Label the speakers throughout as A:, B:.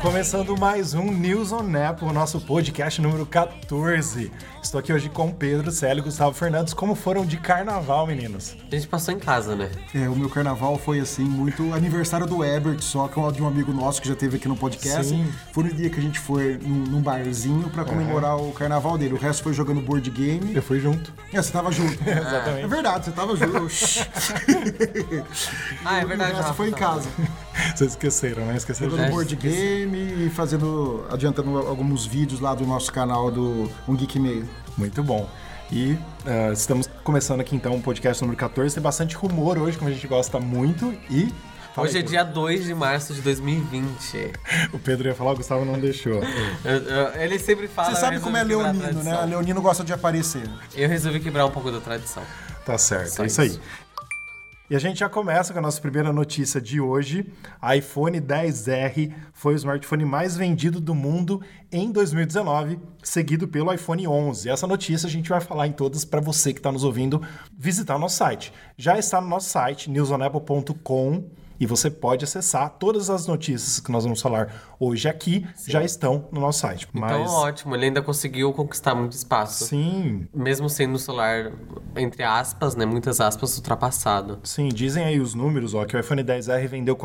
A: Começando mais um News on Apple, o nosso podcast número 14. Estou aqui hoje com Pedro Célio e Gustavo Fernandes. Como foram de carnaval, meninos?
B: A gente passou em casa, né?
C: É, o meu carnaval foi assim, muito aniversário do Ebert, só que é de um amigo nosso que já teve aqui no podcast.
A: Sim.
C: Foi no dia que a gente foi num, num barzinho pra comemorar o carnaval dele. O resto foi jogando board game.
A: Eu fui junto.
C: É, você tava junto.
A: Exatamente.
C: É verdade, você tava junto. Shhh.
B: Ah, é
C: o resto
B: Rafa,
C: foi em
B: tá.
C: casa.
A: Vocês esqueceram, né? Esqueceram.
C: Jogando
A: de-
B: É.
C: board game e fazendo. adiantando alguns vídeos lá do nosso canal do Um Geek e Meio.
A: Muito bom. E ah, estamos começando aqui então o podcast número 14. Tem bastante rumor hoje, como a gente gosta muito. E. Fala
B: Hoje é
A: aí,
B: dia 2 de março de 2020.
A: Pedro. O Pedro ia falar, o Gustavo não deixou.
B: Eu- eu- ele sempre fala.
C: Você
B: eu
C: sabe como é
B: resolvi quebrar a
C: Leonino, né?
B: tradição.
C: Leonino gosta de aparecer.
B: Eu resolvi quebrar um pouco da tradição.
A: Tá certo,
B: Só
A: é isso,
B: isso.
A: aí. E a gente já começa com a nossa primeira notícia de hoje. iPhone 10R foi o smartphone mais vendido do mundo em 2019, seguido pelo iPhone 11. Essa notícia a gente vai falar em todas para você que está nos ouvindo visitar o nosso site. Já está no nosso site, newsonapple.com, e você pode acessar todas as notícias que nós vamos falar hoje aqui, já estão no nosso site.
B: Então, ótimo, ele ainda conseguiu conquistar muito espaço.
A: sim,
B: Mesmo sendo o celular, entre aspas, né? Muitas aspas, ultrapassado.
A: Sim, dizem aí os números, ó, que o iPhone 10R vendeu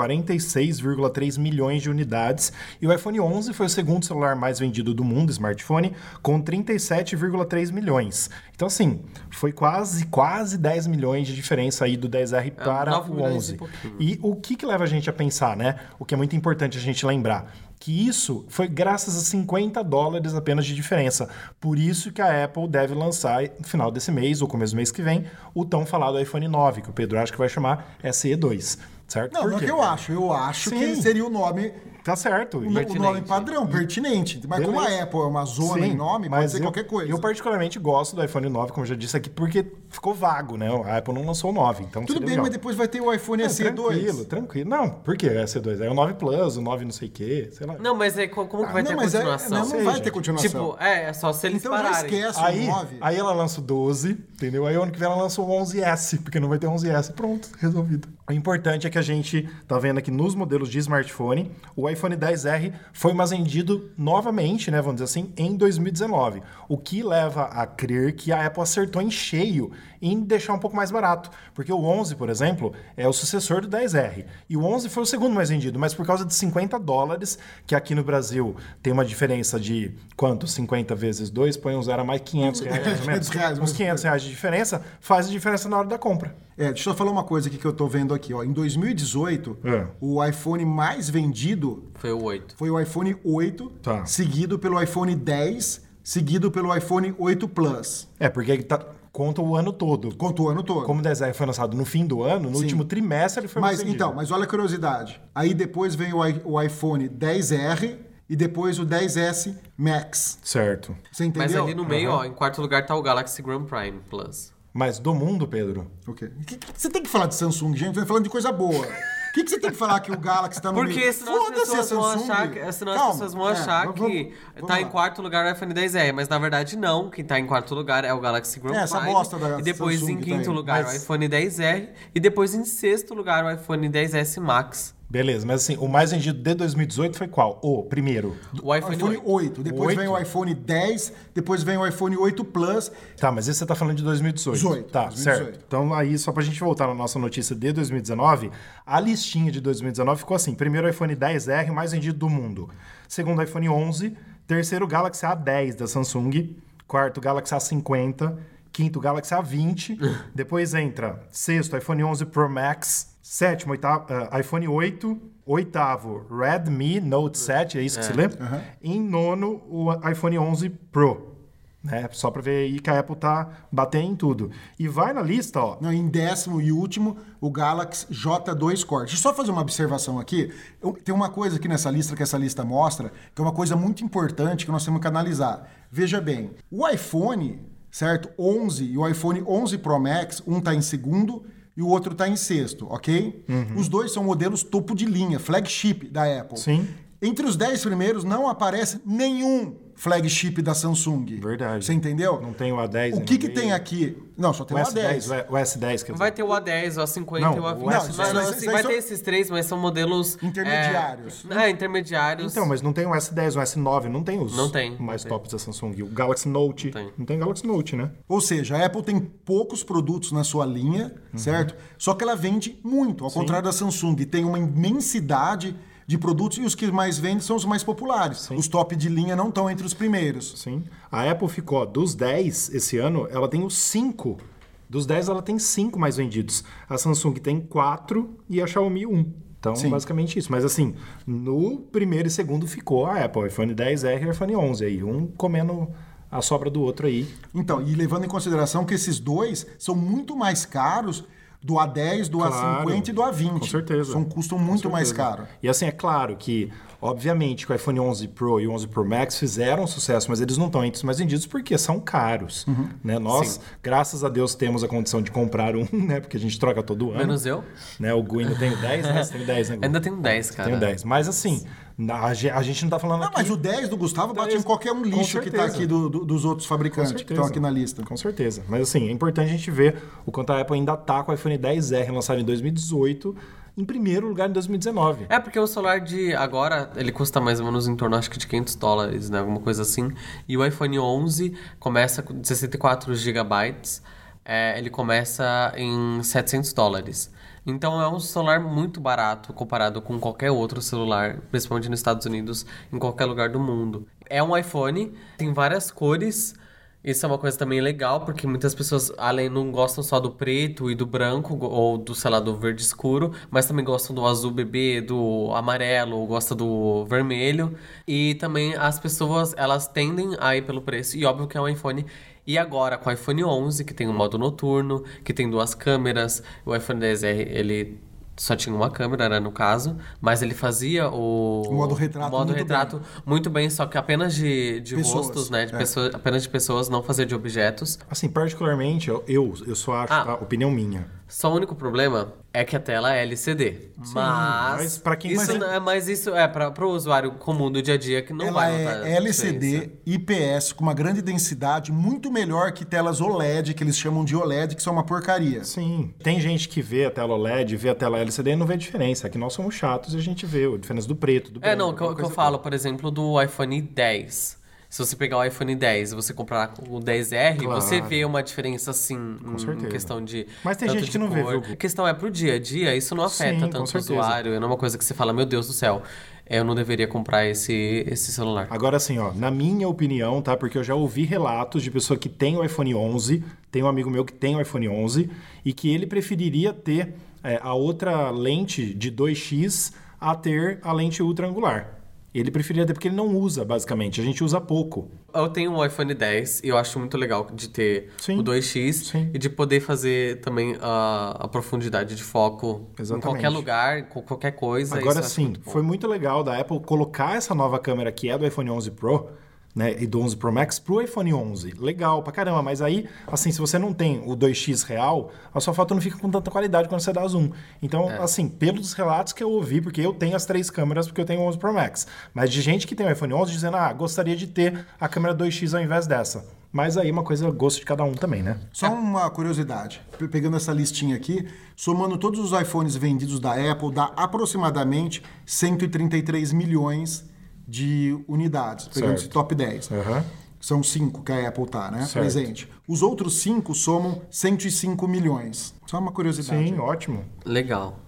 A: 46,3 milhões de unidades e o iPhone 11 foi o segundo celular mais vendido do mundo, smartphone, com 37,3 milhões. Então, assim, foi quase, quase 10 milhões de diferença aí do 10R para
B: É, nove
A: o
B: milhões e
A: 11.
B: pouquinho.
A: E o que, que leva a gente a pensar, né? O que é muito importante a gente lembrar. Que isso foi graças a 50 dólares apenas de diferença. Por isso que a Apple deve lançar, no final desse mês ou começo do mês que vem, o tão falado iPhone 9, que o Pedro acha que vai chamar SE2. Certo?
C: Não,
A: Por
C: não é
A: quê?
C: que eu acho. é Eu acho
A: Sim.
C: que ele seria o nome
A: Tá certo.
C: O no- o nome
B: Pertinente.
C: padrão, pertinente. Mas como
A: né? Beleza.
C: a Apple é uma zona
A: Sim,
C: em nome, pode
A: mas
C: ser
A: eu-
C: qualquer coisa.
A: Eu particularmente gosto do iPhone 9, como eu já disse aqui, porque ficou vago, né? A Apple não lançou o 9, então
C: Tudo
A: seria
C: bem,
A: legal.
C: mas depois vai ter o iPhone
A: Não,
C: SE2.
A: Tranquilo, tranquilo. Não, por que SE2? É o 9 Plus, o 9 não sei o quê, sei lá.
B: Não, mas é, co- como que vai
C: não,
B: ter
C: mas é-
B: continuação?
C: não, não
A: Sei,
C: vai
A: gente.
C: ter continuação.
B: Tipo, é, é só se eles
C: então já
B: pararem.
C: esquece
A: Aí,
C: o 9.
A: aí ela lança o 12, entendeu? Aí ano que vem ela lança o 11S, porque não vai ter 11S. Pronto, resolvido. O importante é que a gente tá vendo aqui nos modelos de smartphone, o iPhone 10R foi mais vendido novamente, né, vamos dizer assim, em 2019. O que leva a crer que a Apple acertou em cheio em deixar um pouco mais barato, porque o 11, por exemplo, é o sucessor do 10R. E o 11 foi o segundo mais vendido, mas por causa de 50 dólares, que aqui no Brasil tem uma diferença de quanto? 50 vezes 2, põe um zero a mais, 500 reais, mais ou menos.
C: 500 reais,
A: Uns
C: mas-
A: 500 reais de diferença faz a diferença na hora da compra.
C: É, deixa eu falar uma coisa aqui que eu tô vendo aqui. Ó. Em 2018,
A: É.
C: o iPhone mais vendido
B: Foi o 8.
C: foi o iPhone 8,
A: Tá.
C: seguido pelo iPhone 10, seguido pelo iPhone 8 Plus.
A: É, porque tá- conta o ano todo.
C: Conta o ano todo.
A: Como o 10R foi lançado no fim do ano, no último trimestre ele foi mais
C: Mas
A: vendido.
C: então, mas olha a curiosidade. Aí depois vem o, i- o iPhone 10R e depois o 10S Max.
A: Certo.
C: Você entendeu?
B: Mas ali no meio, ó, em quarto lugar tá o Galaxy Grand Prime Plus.
A: Mas do mundo, Pedro,
C: O quê? Que- que- Você tem que falar de Samsung, gente. Vai falando de coisa boa. O que, que você tem que falar que o Galaxy tá no
B: Porque
C: meio?
B: senão as
C: Foda-se a
B: pessoas vão
C: Samsung.
B: achar que, senão as
C: Calma,
B: pessoas vão
C: é,
B: achar
C: vamos-
B: que
C: vamos
B: tá em
C: lá.
B: quarto lugar o iPhone 10R, mas na verdade não. Quem tá em quarto lugar é o Galaxy Grand
C: É, essa
B: Prime.
C: bosta da
B: e depois
C: Samsung
B: em
C: tá
B: quinto
C: aí.
B: lugar o
A: Mas-
B: iPhone 10R e depois em sexto lugar o iPhone 10S Max.
A: beleza, mas assim, o mais vendido de 2018 foi qual? O primeiro.
B: O iPhone,
C: iPhone
B: 8.
C: 8, depois
A: Oito?
C: vem o iPhone 10, depois vem o iPhone 8 Plus.
A: Tá, mas esse você tá falando de 2018.
C: 18,
A: Tá,
C: 2018.
A: certo. Então aí, só pra gente voltar na nossa notícia de 2019, a listinha de 2019 ficou assim. Primeiro iPhone 10R, o mais vendido do mundo. Segundo iPhone 11. Terceiro Galaxy A10 da Samsung. Quarto Galaxy A50. Quinto Galaxy A20. Depois entra sexto iPhone 11 Pro Max. Sétimo oitavo, ah, iPhone 8. Oitavo, Redmi Note 7, é isso que se lê? Em nono, o iPhone 11 Pro né? Só pra ver aí que a Apple tá batendo em tudo. E vai na lista, ó.
C: Não, em décimo e último, o Galaxy J2 Core. Deixa eu só fazer uma observação aqui. Eu- tem uma coisa aqui nessa lista que essa lista mostra, que é uma coisa muito importante que nós temos que analisar. Veja bem, o iPhone, certo? 11 e o iPhone 11 Pro Max, um está em segundo e o
A: Uhum.
C: tá outro está em sexto, ok? Os dois são modelos topo de linha, flagship da Apple.
A: Sim.
C: Entre os 10 primeiros não aparece nenhum flagship da Samsung.
A: Verdade.
C: Você entendeu?
A: Não tem o A10
C: O
A: aí
C: que,
A: no
C: que
A: meio.
C: tem aqui? Não, só
A: O
C: tem o,
A: S10, o S10, quer dizer.
B: Vai ter o A10, o A50
A: Não,
B: e o A20.
A: o S-
B: mas, não,
C: isso-
B: assim,
C: isso aí
B: vai
C: são-
B: ter esses três, mas são modelos...
C: Intermediários.
B: É, é, intermediários.
A: Então, mas não tem o S10, o S9, não tem os
B: Não tem, não
A: mais
B: tem.
A: tops da Samsung. O Galaxy Note.
B: Tem.
A: Não tem Galaxy Note, né?
C: Ou seja, a Apple tem poucos produtos na sua linha,
A: Uhum.
C: certo? Só que ela vende muito, ao contrário da Samsung. Tem uma imensidade de produtos e os que mais vendem são os mais populares. Os top de linha não estão entre os primeiros.
A: Sim. A Apple ficou, ó, dos 10 esse ano, ela tem os 5. Dos 10, ela tem 5 mais vendidos. A Samsung tem 4 e a Xiaomi 1. Então,
C: Sim.
A: basicamente isso. Mas assim, no primeiro e segundo ficou a Apple, o iPhone 10R e o iPhone 11 aí, um comendo a sobra do outro aí.
C: Então, e levando em consideração que esses dois são muito mais caros do A10, do
A: Claro.
C: A50 e do A20.
A: Com certeza.
C: São custam muito
A: Com
C: mais
A: certeza.
C: caro.
A: E assim, é claro que, obviamente, que o iPhone 11 Pro e o 11 Pro Max fizeram sucesso, mas eles não estão entre os mais vendidos porque são caros.
C: Uhum.
A: Né? Nós, graças a Deus, temos a condição de comprar um, né? Porque a gente troca todo ano.
B: Menos eu.
A: Né? O Gui ainda tem o 10, né? Você tem o 10, né,
C: É
A: Gui?
B: Ainda tenho 10, cara.
A: Tenho 10. Mas assim, na- a ge- a gente não tá falando
C: Não,
A: aqui...
C: mas o 10 do Gustavo bate em qualquer um
A: Com
C: lixo que está
A: certeza.
C: aqui do- do- dos outros
A: Com
C: fabricantes que
A: certeza.
C: estão aqui na lista.
A: Com certeza. Mas assim, é importante a gente ver o quanto a Apple ainda tá com o iPhone 10R lançado em 2018, em primeiro lugar em 2019.
B: É porque o celular de agora, ele custa mais ou menos em torno, acho que de 500 dólares, né? Alguma coisa assim. E o iPhone 11 começa com 64 GB, é, ele começa em 700 dólares. Então é um celular muito barato comparado com qualquer outro celular, principalmente nos Estados Unidos, em qualquer lugar do mundo. É um iPhone, tem várias cores, isso é uma coisa também legal, porque muitas pessoas, além, não gostam só do preto e do branco, go- ou do, sei lá, do verde escuro, mas também gostam do azul bebê, do amarelo, ou gosta do vermelho. E também as pessoas, elas tendem a ir pelo preço, e óbvio que é um iPhone. E agora, com o iPhone 11, que tem um modo noturno, que tem duas câmeras, o iPhone 10R, ele só tinha uma câmera, né, no caso, mas ele fazia o...
C: O modo retrato
B: o modo
C: muito bem.
B: retrato muito bem, só que apenas de, de
C: Pessoas,
B: rostos, né, de
C: é.
B: pessoas pessoa- apenas de pessoas, não fazer de objetos.
A: Assim, particularmente, eu, eu, eu só acho,
B: Ah.
A: tá? Opinião minha.
B: Só o único problema é que a tela é LCD. mas.
A: mas pra quem-
B: isso
A: mas-
B: não é- mas isso é para o usuário comum do dia a dia que não
C: Ela
B: vai notar. a
C: é LCD
B: diferença.
C: IPS com uma grande densidade, muito melhor que telas OLED, que eles chamam de OLED, que são uma porcaria.
A: Sim. Tem gente que vê a tela OLED, vê a tela LCD e não vê a diferença. É que nós somos chatos e a gente vê a diferença do preto, do branco.
B: É, não, o que, eu- que eu falo, por exemplo, do iPhone 10. Se você pegar o iPhone 10 e você comprar o 10R,
A: Claro.
B: você vê uma diferença assim em-
A: certeza.
B: em questão de.
A: Mas tem
B: tanto
A: gente
B: de
A: que não vê,
B: cor.
A: viu, Gu?
B: A questão é pro dia a dia, isso não
A: Sim,
B: afeta
A: com
B: tanto o
A: certeza.
B: usuário. Não é uma coisa que você fala, meu Deus do céu, eu não deveria comprar esse, esse celular.
A: Agora assim, ó, na minha opinião, tá? Porque eu já ouvi relatos de pessoa que tem o iPhone 11, tem um amigo meu que tem o iPhone 11 e que ele preferiria ter é, a outra lente de 2x a ter a lente ultra-angular. Ele preferiria ter porque ele não usa, basicamente. A gente usa pouco.
B: Eu tenho um iPhone 10 e eu acho muito legal de ter
A: Sim.
B: o 2x
A: Sim.
B: e de poder fazer também a, a profundidade de foco
A: Exatamente.
B: em qualquer lugar, com qualquer coisa.
A: Agora
B: isso eu acho
A: sim,
B: muito bom.
A: foi muito legal da Apple colocar essa nova câmera que é do iPhone 11 Pro, né, e do 11 Pro Max pro iPhone 11. Legal pra caramba, mas aí, assim, se você não tem o 2x real, a sua foto não fica com tanta qualidade quando você dá zoom. Então,
B: É.
A: assim, pelos relatos que eu ouvi, porque eu tenho as três câmeras, porque eu tenho o 11 Pro Max, mas de gente que tem o iPhone 11 dizendo, ah, gostaria de ter a câmera 2x ao invés dessa. Mas aí é uma coisa gosto de cada um também, né?
C: Só uma curiosidade, pe- pegando essa listinha aqui, somando todos os iPhones vendidos da Apple, dá aproximadamente 133 milhões de unidades, pegando
A: Certo.
C: esse top 10.
A: Aham.
C: São cinco que a Apple tá, né?
A: Certo.
C: Presente. Os outros cinco somam 105 milhões. Só uma curiosidade.
A: Sim, ótimo.
B: Legal.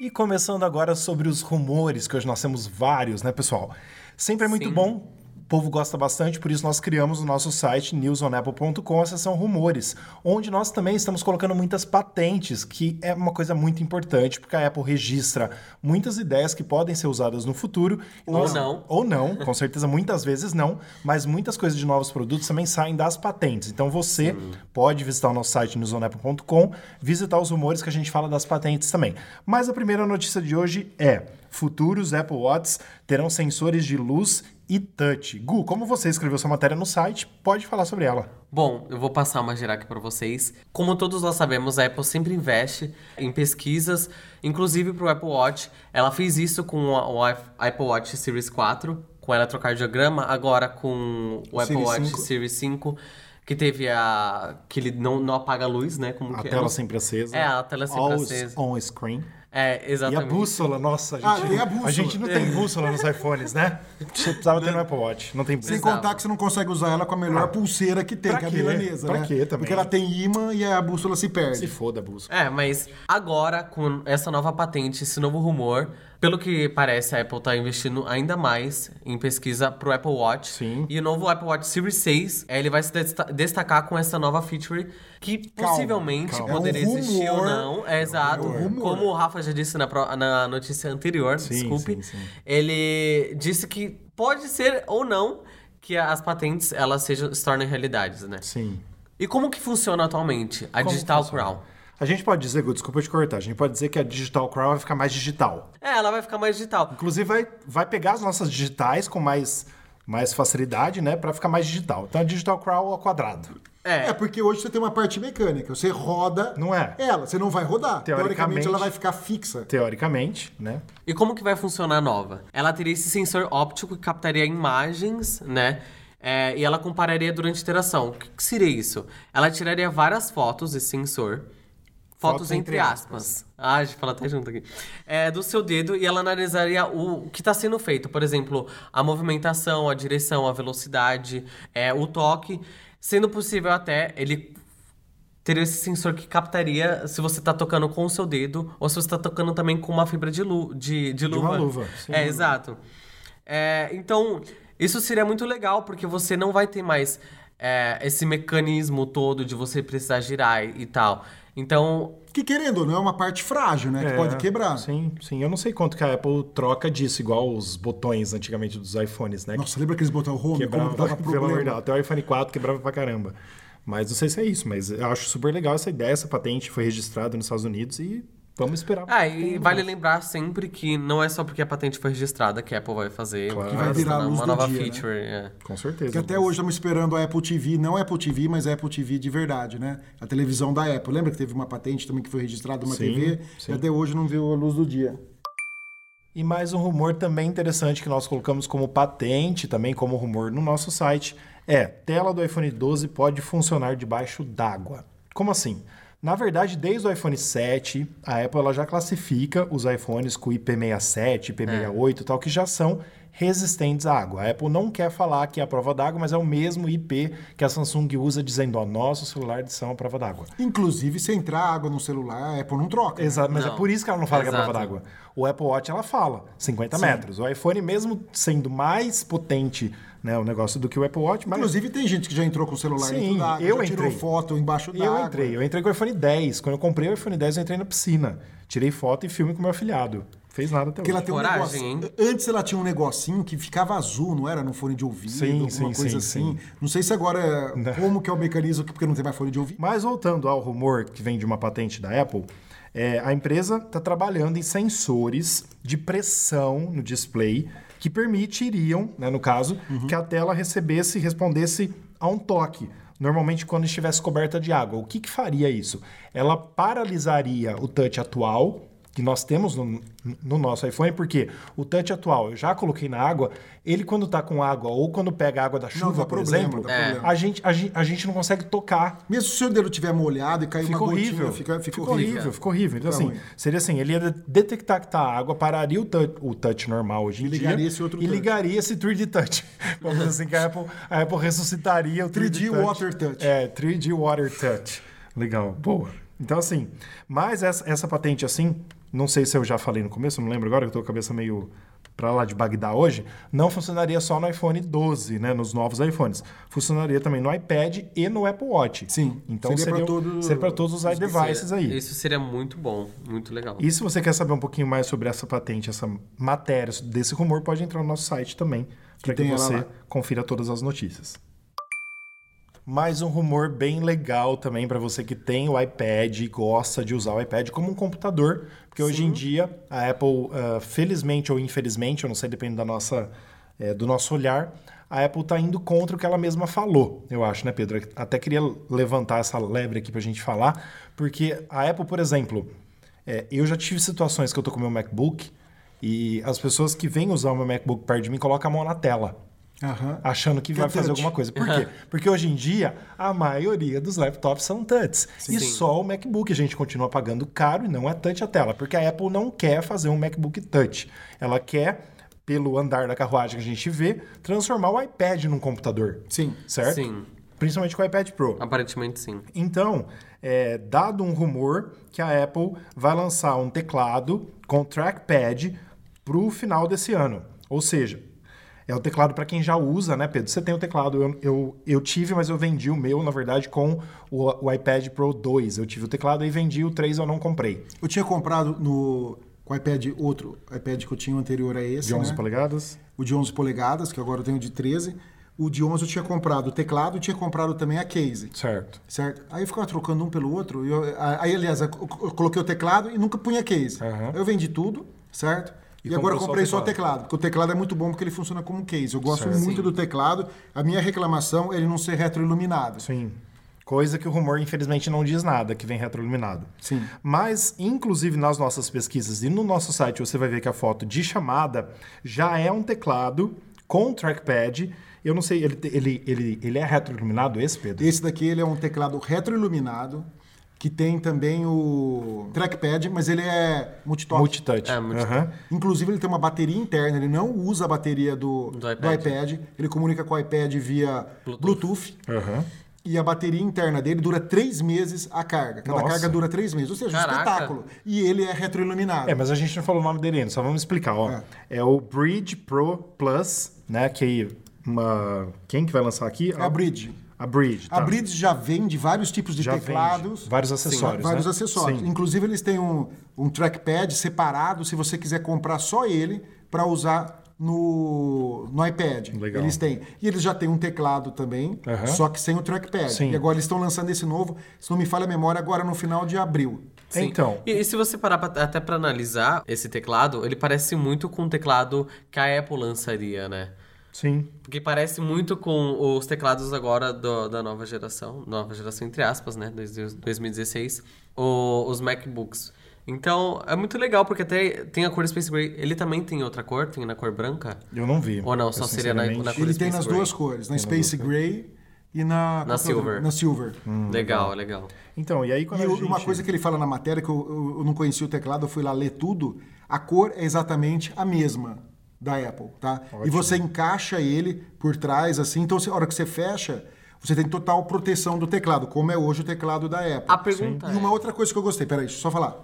A: E começando agora sobre os rumores, que hoje nós temos vários, né, pessoal? Sempre é muito
B: Sim.
A: bom, o povo gosta bastante, por isso nós criamos o nosso site newsonapple.com, a seção rumores, onde nós também estamos colocando muitas patentes, que é uma coisa muito importante, porque a Apple registra muitas ideias que podem ser usadas no futuro. E
B: Ou não.
A: ou não, com certeza muitas vezes não, mas muitas coisas de novos produtos também saem das patentes. Então você pode visitar o nosso site no zonapple.com, visitar os rumores que a gente fala das patentes também. Mas a primeira notícia de hoje é: futuros Apple Watch terão sensores de luz e touch. Gu, como você escreveu sua matéria no site, pode falar sobre ela.
B: Bom, eu vou passar uma geral aqui para vocês. Como todos nós sabemos, a Apple sempre investe em pesquisas, inclusive para o Apple Watch. Ela fez isso com o Apple Watch Series 4, com ela trocar diagrama, agora com o,
C: O
B: Apple
C: Series
B: Watch
C: 5.
B: Series 5, que teve a. que ele não, não apaga a luz, né? Como
A: A
B: que é?
A: tela sempre acesa.
B: É, a tela sempre
A: Always
B: acesa.
A: on screen.
B: É,
A: E a
B: exatamente.
A: bússola, nossa, a gente,
C: Ah, tem a bússola.
A: gente não tem bússola nos iPhones, né? Você precisava ter no Apple Watch, não tem
C: Sem
A: bússola.
B: Exato.
C: contar que você não consegue usar ela com a melhor pulseira que tem,
A: Ah. Pra
C: que é a
A: quê?
C: milanesa,
A: Pra
C: né?
A: quê também?
C: Porque ela tem imã e a bússola se perde.
A: Se foda a bússola.
B: É, mas agora, com essa nova patente, esse novo rumor, pelo que parece, a Apple tá investindo ainda mais em pesquisa pro Apple Watch.
A: Sim.
B: E o novo Apple Watch Series 6, eh, ele vai se desta- destacar com essa nova feature que
C: Calma,
B: possivelmente
C: calma.
B: poderia
C: É um
B: existir ou
C: rumor.
B: não. É, exato.
C: rumor.
B: Como o Rafa já disse na, pro- na notícia anterior,
A: Sim,
B: desculpe.
A: sim, sim.
B: Ele disse que pode ser ou não que as patentes elas sejam, se tornem realidades, né?
A: Sim.
B: E como que funciona atualmente a
A: Como
B: É Digital
A: funciona?
B: Crown?
A: A gente pode dizer, Gu, desculpa te cortar, a gente pode dizer que a Digital Crown vai ficar mais digital.
B: É, ela vai ficar mais digital.
A: Inclusive, vai, vai pegar as nossas digitais com mais, mais facilidade, né? Pra ficar mais digital. Então, a Digital Crown ao quadrado.
C: É,
B: É,
C: porque hoje você tem uma parte mecânica, você roda
A: Não é?
C: ela, você não vai rodar.
A: Teoricamente-
C: ela vai ficar fixa.
A: Teoricamente, né?
B: e como que vai funcionar a nova? Ela teria esse sensor óptico que captaria imagens, né? É, e ela compararia durante a interação. O que, que seria isso? Ela tiraria várias fotos desse sensor. Fotos
A: Fotos entre
B: entre, aspas. Ah, a gente fala até junto aqui. É, do seu dedo e ela analisaria o, o que está sendo feito. Por exemplo, a movimentação, a direção, a velocidade, é, o toque. Sendo possível até ele teria esse sensor que captaria se você tá tocando com o seu dedo ou se você tá tocando também com uma fibra de, lu de, de luva.
A: uma luva, sim.
B: É, exato. É, então, isso seria muito legal, porque você não vai ter mais é, esse mecanismo todo de você precisar girar e, e tal. Então,
C: Que querendo ou não, é uma parte frágil, né? que
A: É,
C: pode quebrar.
A: Sim, sim. Eu não sei quanto que a Apple troca disso, igual os botões antigamente dos iPhones, né? que
C: Nossa, lembra aqueles botão home?
A: quebrava,
C: como dava
A: pelo amor de Deus.
C: problema.
A: Até o iPhone 4 quebrava pra caramba. Mas não sei se é isso, mas eu acho super legal essa ideia, essa patente foi registrada nos Estados Unidos e vamos esperar.
B: ah, e vale lembrar sempre que não é só porque a patente foi registrada que a Apple vai fazer
A: Claro.
B: uma
A: Que vai
B: coisa,
C: virar a
B: né?
C: luz
B: uma
C: do
B: nova
C: dia, né?
B: feature. é.
A: Com certeza.
C: Que até hoje estamos esperando a Apple TV, não Apple TV, mas a Apple TV de verdade, né? A televisão da Apple. Lembra que teve uma patente também que foi registrada uma
A: Sim,
C: TV
A: sim.
C: e até hoje não viu a luz do dia.
A: E mais um rumor também interessante que nós colocamos como patente, também como rumor no nosso site, é tela do iPhone 12 pode funcionar debaixo d'água. Como assim? Na verdade, desde o iPhone 7, a Apple ela já classifica os iPhones com IP67, IP68 e tal, que já são resistentes à água. A Apple não quer falar que é a prova d'água, mas é o mesmo IP que a Samsung usa dizendo, ó, nossos celulares são a prova d'água.
C: Inclusive, se entrar água no celular, a Apple não troca. né?
A: Exato, mas
B: Não.
A: é por isso que ela não fala que é prova
B: Exato.
A: d'água. O Apple Watch ela fala 50 metros. O iPhone, mesmo sendo mais potente, né, o negócio do que o Apple Watch, mas
C: Inclusive, tem gente que já entrou com o celular
A: Sim,
C: dentro da água,
A: eu
C: já tirou
A: entrei.
C: foto embaixo da
A: eu entrei. Eu entrei com o iPhone 10. Quando eu comprei o iPhone 10, eu entrei na piscina. Tirei foto e filme com meu afilhado. Fez nada até
C: Porque ela
A: hoje.
C: tem
B: Coragem,
C: um negócio. Antes ela tinha um negocinho que ficava azul, não era? No fone de ouvido,
A: Sim,
C: alguma
A: sim,
C: coisa
A: sim,
C: assim. Não sei se agora como que é o mecanismo, porque não tem mais fone de ouvido.
A: Mas voltando ao rumor que vem de uma patente da Apple, é, a empresa está trabalhando em sensores de pressão no display que permitiriam, né, no caso,
C: Uhum.
A: que a tela recebesse e respondesse a um toque. Normalmente quando estivesse coberta de água. O que, que faria isso? Ela paralisaria o touch atual que nós temos no, no nosso iPhone, porque o touch atual, eu já coloquei na água, ele quando tá com água ou quando pega água da chuva,
C: dá
A: por
C: problema,
A: exemplo, é,
C: dá problema.
A: a, gente, a gente- a gente não consegue tocar
C: Mesmo se o seu dedo tiver molhado e cair
A: Fica
C: uma gotinha,
A: horrível.
C: fica, fica
A: Ficou
C: horrível.
A: horrível, ficou horrível. Então,
C: Fica
A: assim,
C: ruim.
A: seria assim: ele ia de- detectar que tá água, pararia o touch, o touch normal hoje em
C: E ligaria
A: dia.
C: esse outro
A: e
C: touch.
A: ligaria esse 3D touch. Vamos dizer assim, que a Apple, a Apple ressuscitaria o 3D,
C: 3D water touch.
A: É, 3D Water Touch. Legal, boa. Então, assim, mas essa, essa patente, assim, não sei se eu já falei no começo, não lembro agora, que eu tô com a cabeça meio pra lá de Bagdá hoje, não funcionaria só no iPhone 12, né, nos novos iPhones. Funcionaria também no iPad e no Apple Watch.
C: Sim,
A: Então
C: seria pra
A: seria,
C: todo-
A: seria pra todos os iDevices
B: Seria-
A: aí.
B: Isso seria muito bom, muito legal.
A: E se você quer saber um pouquinho mais sobre essa patente, essa matéria desse rumor, pode entrar no nosso site também, para que
C: tem ela
A: você
C: lá.
A: confira todas as notícias. Mais um rumor bem legal também para você que tem o iPad e gosta de usar o iPad como um computador, porque hoje em dia a Apple, ah, felizmente ou infelizmente, eu não sei, depende da nossa é, do nosso olhar, a Apple está indo contra o que ela mesma falou, eu acho, né, Pedro? Até queria levantar essa lebre aqui para a gente falar, porque a Apple, por exemplo, é, eu já tive situações que eu tô com meu MacBook e as pessoas que vêm usar o meu MacBook perto de mim colocam a mão na tela.
C: Aham.
A: Achando que
C: Que
A: vai
C: touch.
A: fazer alguma coisa. Por quê? Porque hoje em dia, a maioria dos laptops são touchs. E
B: Sim.
A: só o MacBook a gente continua pagando caro e não é touch a tela. Porque a Apple não quer fazer um MacBook touch. Ela quer, pelo andar da carruagem que a gente vê, transformar o iPad num computador.
C: Sim.
A: Certo?
B: Sim.
A: Principalmente com o iPad Pro.
B: Aparentemente sim.
A: Então, é, dado um rumor que a Apple vai lançar um teclado com trackpad para o final desse ano. Ou seja, é o teclado para quem já usa, né, Pedro? Você tem o teclado, eu, eu, eu tive, mas eu vendi o meu, na verdade, com o, o iPad Pro 2. Eu tive o teclado e vendi o 3, eu não comprei.
C: Eu tinha comprado no com o iPad outro, iPad que eu tinha anterior a esse,
A: De 11
C: né?
A: polegadas.
C: o de 11 polegadas, que agora eu tenho de 13. O de 11 eu tinha comprado o teclado e tinha comprado também a case.
A: Certo.
C: Certo? Aí eu ficava trocando um pelo outro. e eu- a- aí, aliás, eu co- eu coloquei o teclado e nunca punha case.
A: Aham.
C: Eu vendi tudo, certo?
A: E
C: E, agora
A: comprou
C: eu
A: só o
C: comprei só o
A: teclado.
C: teclado, porque o teclado é muito bom porque ele funciona como case. Eu gosto
A: Certo.
C: muito do teclado. A minha reclamação é ele não ser retroiluminado.
A: Sim. Coisa que o rumor, infelizmente, não diz nada, que vem retroiluminado.
C: Sim.
A: Mas, inclusive, nas nossas pesquisas e no nosso site, você vai ver que a foto de chamada já é um teclado com um trackpad. Eu não sei, ele, te- ele, ele, ele é retroiluminado esse, Pedro?
C: Esse daqui ele é um teclado retroiluminado que tem também o trackpad, mas ele é multitouch.
A: Multitouch.
B: É, multitouch.
A: Aham.
C: Inclusive, ele tem uma bateria interna, ele não usa a bateria do,
B: Do
C: do iPad.
B: iPad.
C: Ele comunica com o iPad via Bluetooth.
A: Aham.
C: E a bateria interna dele dura três meses a carga. Cada
A: Nossa.
C: carga dura três meses. Ou seja, um
B: Caraca.
C: espetáculo. E ele é retroiluminado.
A: É, mas a gente não falou o nome dele ainda, só vamos explicar, ó. É,
C: É.
A: o Bridge Pro Plus, né, que uma... Quem que vai lançar aqui?
C: É a Bridge.
A: A Bridge, tá.
C: A Bridge já vende vários tipos de
A: Já vende
C: teclados.
A: vários acessórios,
C: vários
A: né?
C: acessórios.
A: Sim.
C: Inclusive, eles têm um, um trackpad separado, se você quiser comprar só ele, para usar no, no iPad.
A: Legal.
C: Eles têm. E eles já têm um teclado também,
A: Aham.
C: só que sem o trackpad.
A: Sim.
C: E agora eles estão lançando esse novo, se não me falha a memória, agora no final de abril.
B: Sim.
A: Então...
B: E, e se você parar pra- até pra analisar esse teclado, ele parece muito com o teclado que a Apple lançaria, né?
A: Sim.
B: Porque parece muito com os teclados agora do- da nova geração, nova geração entre aspas, né? dois- dois- 2016, o- os MacBooks. Então, é muito legal, porque até tem a cor Space Gray. Ele também tem outra cor, tem na cor branca?
A: Eu não vi.
B: Ou não,
A: Eu,
B: só seria na-
A: sinceramente,
B: na cor
C: Ele tem
B: Space
C: nas
B: Gray.
C: duas cores, na Space Gray e na... é
B: Na Silver.
C: Na Silver.
B: legal, legal.
A: Então, e aí quando
C: E
A: a
C: o-
A: gente...
C: uma coisa que ele fala na matéria, que eu, eu- eu não conhecia o teclado, eu fui lá ler tudo, a cor é exatamente a mesma da Apple, tá? E você encaixa ele por trás, assim, então você- a hora que você fecha, você tem total proteção do teclado, como é hoje o teclado da Apple.
B: A pergunta
C: E uma
B: é-
C: outra coisa que eu gostei, peraí, deixa eu só falar.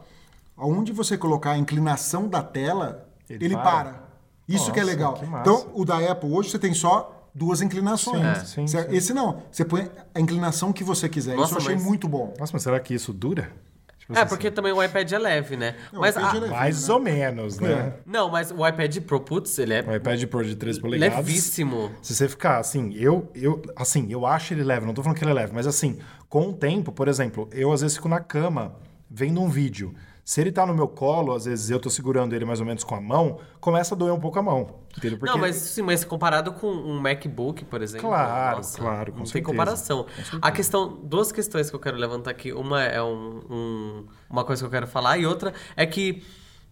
C: Onde você colocar a inclinação da tela,
A: Ele
C: ele,
A: para.
C: para. Isso que é
A: Nossa,
C: legal.
A: que massa.
C: então, o da Apple hoje você tem só duas inclinações.
A: Sim, sim,
C: certo?
A: sim.
C: Esse não, você põe a inclinação que você quiser.
B: Nossa,
C: Isso eu achei
B: mas-
C: muito bom.
A: Nossa, mas será que isso dura? Tipo
B: É,
A: assim,
B: porque também o iPad é leve, né?
C: Não,
B: mas
C: o iPad
B: a-
C: é leve.
A: Mais ou menos, né?
B: Não, mas o iPad Pro, putz, ele é
A: O iPad Pro de 13 polegadas.
B: levíssimo.
A: Se você ficar assim, eu, eu, assim, eu acho ele leve, não tô falando que ele é leve, mas assim, com o tempo, por exemplo, eu às vezes fico na cama vendo um vídeo. Se ele tá no meu colo, às vezes eu tô segurando ele mais ou menos com a mão, começa a doer um pouco a mão. Entendeu? Porque
B: Não, mas sim, mas comparado com um MacBook, por exemplo.
A: Claro, claro, com
B: não
A: certeza.
B: tem comparação. a questão, duas questões que eu quero levantar aqui. Uma é um- um- uma coisa que eu quero falar e outra é que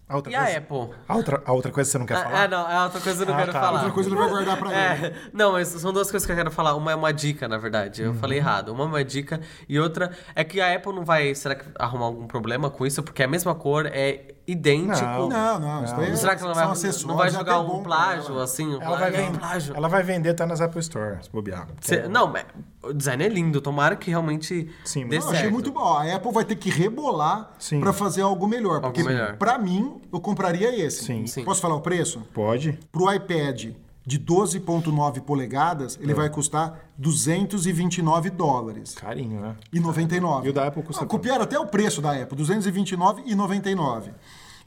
A: a outra
B: e a
A: coisa,
B: Apple?
A: A outra, a outra coisa que você não quer
B: Ah,
A: falar?
B: é, não, é outra coisa que eu
A: Ah,
B: não quero
A: tá.
B: falar.
A: Outra
C: coisa ele vai guardar pra ele.
B: É, não, mas são duas coisas que eu quero falar. Uma é uma dica, na verdade.
A: Hum.
B: Eu falei errado. Uma é uma dica e outra é que a Apple não vai, será que arrumar algum problema com isso? Porque é a mesma cor, é idêntico.
A: Não.
C: Não, não. Isso daí é-
B: Será que ela
C: são
B: vai,
C: acessórios,
B: não vai
C: é
B: jogar
C: até bom
B: um
C: pra
B: plágio
C: ela.
B: assim? um
A: Ela vai,
B: plágio? É um
A: vender-
B: plágio.
A: ela vai vender, tá nas Apple Store, se bobear.
B: Cê- não, mas o design é lindo, tomara que realmente
A: Sim, mas-
B: dê
A: Não,
C: Eu achei
B: certo.
C: muito bom. Ó, A Apple vai ter que rebolar
A: Sim.
C: pra fazer algo melhor. Porque,
B: melhor.
C: pra mim, eu compraria esse.
A: Sim.
B: Sim.
C: Posso falar o preço?
A: Pode?
C: Pro iPad de 12,9 polegadas, ele vai custar 229 dólares.
A: Carinho, né?
C: E 99.
A: E o da Apple custa
C: Ah, Copiaram até o preço da Apple, 229 e 99.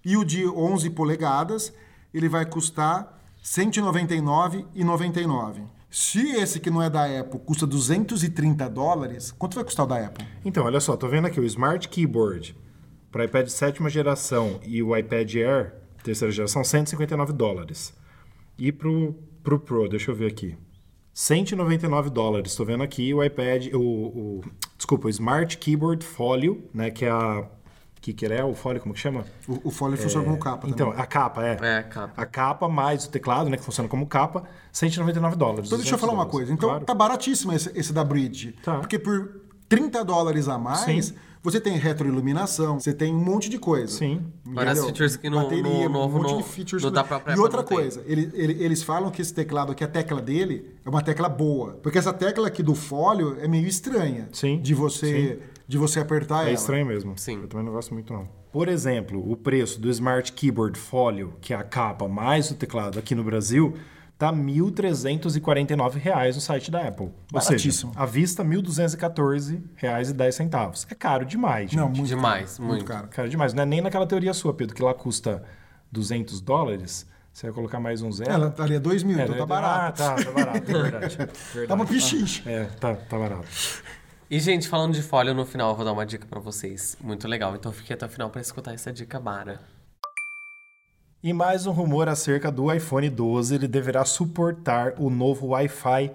C: E o de 11 polegadas, ele vai custar 199 e 99. Se esse que não é da Apple custa 230 dólares, quanto vai custar o da Apple?
A: Então, olha só, tô vendo aqui o Smart Keyboard para iPad sétima geração e o iPad Air terceira geração, 159 dólares. E pro pro Pro, deixa eu ver aqui. 199 dólares, estou vendo aqui o iPad, o, o- desculpa, o Smart Keyboard Folio, né, que é a que que ele é o Folio, como que chama?
C: O, o Foley funciona como capa também.
A: Então, a capa é.
B: É, a capa.
A: A capa mais o teclado, né, que funciona como capa, 199 dólares.
C: Então deixa eu
A: 200
C: falar uma
A: dólares.
C: coisa. Então
A: Claro.
C: tá baratíssimo esse, esse da Bridge.
A: Tá.
C: Porque por 30 dólares a mais,
A: Sim.
C: você tem retroiluminação, você tem um monte de coisa.
A: Sim.
B: Várias
C: Entendeu?
B: features que no- no novo
C: um monte
B: não-
C: de features
B: não
C: que-
B: dá pra- pra-
C: E outra
B: não tem.
C: coisa, ele- ele- eles falam que esse teclado aqui, a tecla dele, é uma tecla boa. Porque essa tecla aqui do fólio é meio estranha.
A: Sim.
C: De você, De você apertar ela.
A: É estranho mesmo.
B: Sim.
A: Eu também não gosto muito, não. Por exemplo, o preço do Smart Keyboard Folio, que é a capa mais o teclado aqui no Brasil, tá R$ 1.349 reais no site da Apple. Ou seja,
C: Baratíssimo.
A: à vista R$ 1.214,10. É caro demais, gente.
C: Não, muito
B: Demais,
C: caro,
B: muito.
C: caro.
A: Caro demais. Não é nem naquela teoria sua, Pedro, que lá custa 200 dólares, você vai colocar mais um zero.
C: Ela estaria 2 mil,
A: É,
C: então
A: daí-
C: tá barato.
A: Ah, tá, tá barato, é verdade. verdade.
C: Tá uma pichincha.
A: É, tá, tá barato.
B: E, gente, falando de folha, no final eu vou dar uma dica pra vocês. Muito legal. Então fiquei até o final pra escutar essa dica bara.
A: E mais um rumor acerca do iPhone 12, ele deverá suportar o novo Wi-Fi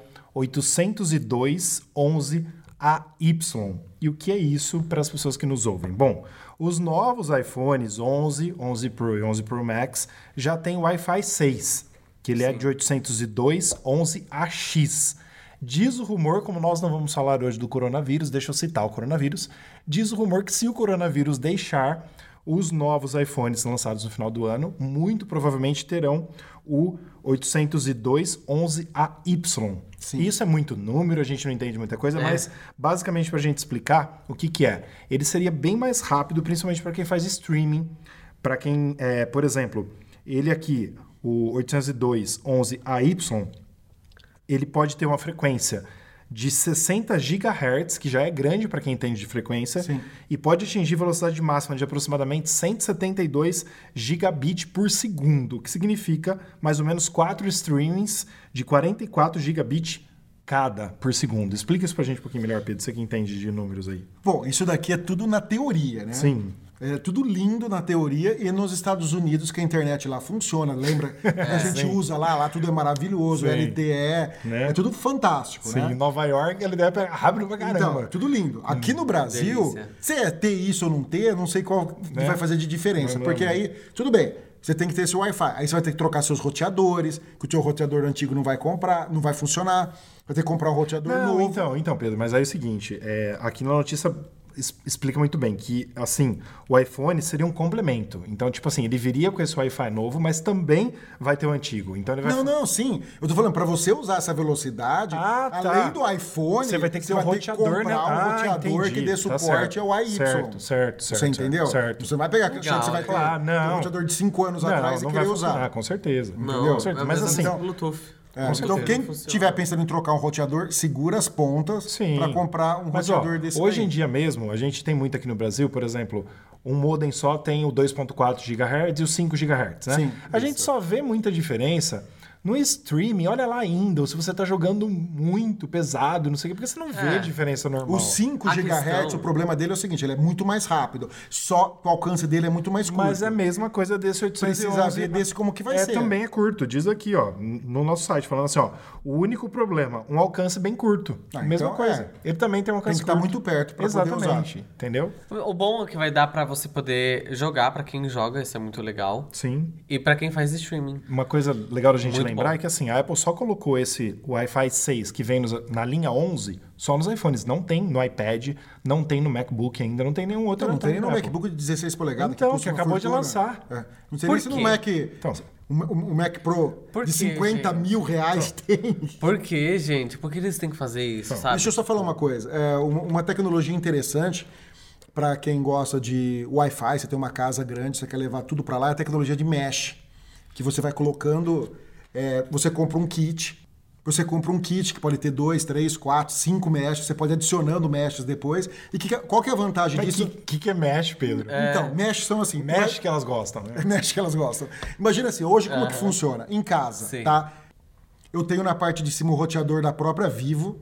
A: 802.11AY. E o que é isso para as pessoas que nos ouvem? Bom, os novos iPhones 11, 11 Pro e 11 Pro Max já têm Wi-Fi 6, que ele é de 802.11AX. Diz o rumor, como nós não vamos falar hoje do coronavírus, deixa eu citar o coronavírus. Diz o rumor que se o coronavírus deixar, os novos iPhones lançados no final do ano, muito provavelmente terão o 802.11AY.
C: Sim.
A: Isso é muito número, a gente não entende muita coisa, mas basicamente para a gente explicar o que, que é. Ele seria bem mais rápido, principalmente para quem faz streaming, para quem, é, por exemplo, ele aqui, o 802.11AY, ele pode ter uma frequência de 60 GHz, que já é grande para quem entende de frequência,
C: Sim.
A: e pode atingir velocidade máxima de aproximadamente 172 gigabit por segundo, o que significa mais ou menos 4 streamings de 44 gigabit cada por segundo. Explica isso pra gente um pouquinho melhor, Pedro, você que entende de números aí.
C: Bom, isso daqui é tudo na teoria, né?
A: Sim.
C: É tudo lindo na teoria e nos Estados Unidos que a internet lá funciona, lembra? a gente usa lá, lá tudo é maravilhoso,
A: É, Sim.
C: LTE,
A: Né?
C: é tudo fantástico,
A: Sim, em
C: né?
A: Nova York ele deve pegar rápido pra
C: Então, é
A: caramba. Hum.
C: tudo lindo. Aqui no Brasil,
B: delícia.
C: se é ter isso ou não ter, não sei qual que
A: Né?
C: vai fazer de diferença.
A: Não, não,
C: porque
A: não.
C: aí, tudo bem, você tem que ter esse Wi-Fi. Aí você vai ter que trocar seus roteadores, que o teu roteador antigo não vai comprar, não vai funcionar. Vai ter que comprar um roteador
A: Não,
C: novo.
A: então, então, Pedro, mas aí é o seguinte, é, aqui na notícia es- explica muito bem que, assim, o iPhone seria um complemento. Então, tipo assim, ele viria com esse Wi-Fi novo, mas também vai ter o antigo. Então ele vai...
C: Não, não, sim. Eu tô falando, pra você usar essa velocidade,
A: Ah, tá.
C: além do iPhone,
A: Você vai ter que ter um roteador, né?
C: comprar um
A: Ah,
C: roteador
A: entendi.
C: que dê
A: Tá
C: suporte
A: certo.
C: ao AY.
A: Certo, certo, certo,
C: Você entendeu?
A: certo.
C: Você não vai pegar aquele
B: Legal,
C: chão que você vai ter
A: claro, não.
C: um roteador de 5 anos
A: Não,
C: atrás
A: não vai
C: e querer
A: funcionar,
C: usar. então
A: com certeza.
B: Não,
A: Com certeza.
B: é
A: Mas
B: mesmo
A: assim,
B: do Bluetooth.
C: É,
B: Com
C: então,
B: certeza,
C: quem
B: funciona.
C: tiver pensando em trocar um roteador, segura as pontas
A: Sim.
C: pra comprar um
A: Mas, ó,
C: roteador desse
A: Hoje
C: daí.
A: em dia mesmo, a gente tem muito aqui no Brasil, por exemplo, um modem só tem o 2.4 GHz e o 5 GHz, né?
C: Sim,
A: a gente só vê muita diferença no streaming, olha lá ainda, se você tá jogando muito pesado, não sei o quê, porque você não vê
B: É.
A: a diferença normal. É
C: O 5
B: A
C: GHz,
B: questão-
C: o problema dele é o seguinte, ele é muito mais rápido. Só o alcance dele é muito mais curto.
A: Mas é a mesma coisa desse 811.
C: Precisa ver desse como que vai
A: é,
C: ser.
A: também é curto. Diz aqui, ó, no nosso site, falando assim, ó, o único problema, um alcance bem curto.
C: Ah,
A: mesma
C: então,
A: coisa. Ele também tem um
C: Tem
A: alcance
C: que estar
A: curto.
C: muito perto pra poder usar.
A: Exatamente, entendeu?
B: O bom é que vai dar pra você poder jogar, pra quem joga, isso é muito legal.
A: Sim.
B: E pra quem faz streaming.
A: Uma coisa legal da gente
B: Muito
A: lembrar
B: bom.
A: é que assim, a Apple só colocou esse Wi-Fi 6 que vem nos- na linha 11 só nos iPhones, não tem no iPad, não tem no MacBook ainda, não tem nenhum outro.
C: Então, não tem nem
A: iPhone
C: no
A: da Apple.
C: MacBook de 16 polegadas.
A: Então,
C: custa
A: que
C: uma
A: acabou de lançar.
C: É. Não sei
B: Por
C: nem se no
B: quê?
C: Mac.
A: Então.
C: o, o Mac Pro
B: Por
C: de
B: quê,
C: 50
B: gente?
C: mil reais tem.
B: Por que, gente? Por que eles têm que fazer isso, sabe?
C: Então, Deixa eu só falar uma coisa. É, uma, uma tecnologia interessante para quem gosta de Wi-Fi, você tem uma casa grande, você quer levar tudo para lá, é a tecnologia de mesh. Que você vai colocando. é, você compra um kit. Você compra um kit que pode ter dois, três, quatro, cinco meshes. Você pode ir adicionando meshes depois. E que, qual que é a vantagem
A: Mas
C: disso?
A: que, que que é mesh, Pedro?
C: Então, meshes são assim.
A: Mesh que elas gostam, né?
C: mexe que elas gostam. Imagina assim, hoje como que funciona? Em casa,
B: Sim.
C: tá? Eu tenho na parte de cima o roteador da própria Vivo,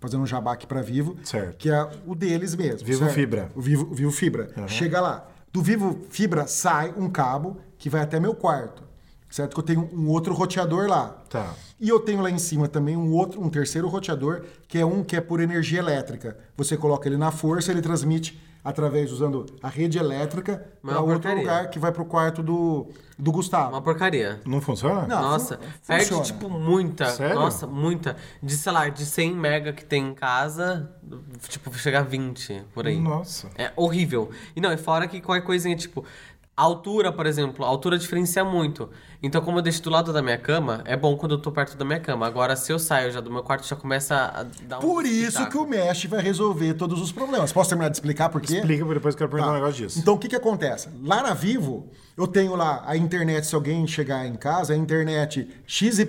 C: fazendo um jabá aqui pra Vivo,
A: Certo.
C: que é o deles mesmo.
A: Vivo Fibra.
C: O Vivo, o Vivo Fibra. Chega lá. Do Vivo Fibra sai um cabo que vai até meu quarto. certo? Que eu tenho um outro roteador lá.
A: Tá.
C: E eu tenho lá em cima também um outro, um terceiro roteador, que é um que é por energia elétrica. Você coloca ele na força, ele transmite através usando a rede elétrica
B: Mas
C: para
B: é uma
C: outro
B: porcaria.
C: lugar que vai pro quarto do, do Gustavo.
B: É Uma porcaria.
A: Não funciona?
C: Não. Ah,
B: Nossa,
C: fun-
B: perde,
C: funciona.
B: tipo, muita.
A: Sério?
B: Nossa, muita. De, sei lá, de 100 mega que tem em casa, tipo, chega a 20 por aí.
A: Nossa.
B: É horrível. E não, e fora que qualquer coisinha, tipo, a altura, por exemplo, a altura diferencia muito. Então, como eu deixo do lado da minha cama, é bom quando eu tô perto da minha cama. Agora, se eu saio já do meu quarto, já começa a dar um.
C: Por isso
B: pitaco.
C: que o Mesh vai resolver todos os problemas. Posso terminar de explicar por quê?
A: Explica, porque depois eu quero perguntar um negócio disso.
C: Então o que, que acontece? Lá na Vivo, eu tenho lá a internet, se alguém chegar em casa, é a internet XYZ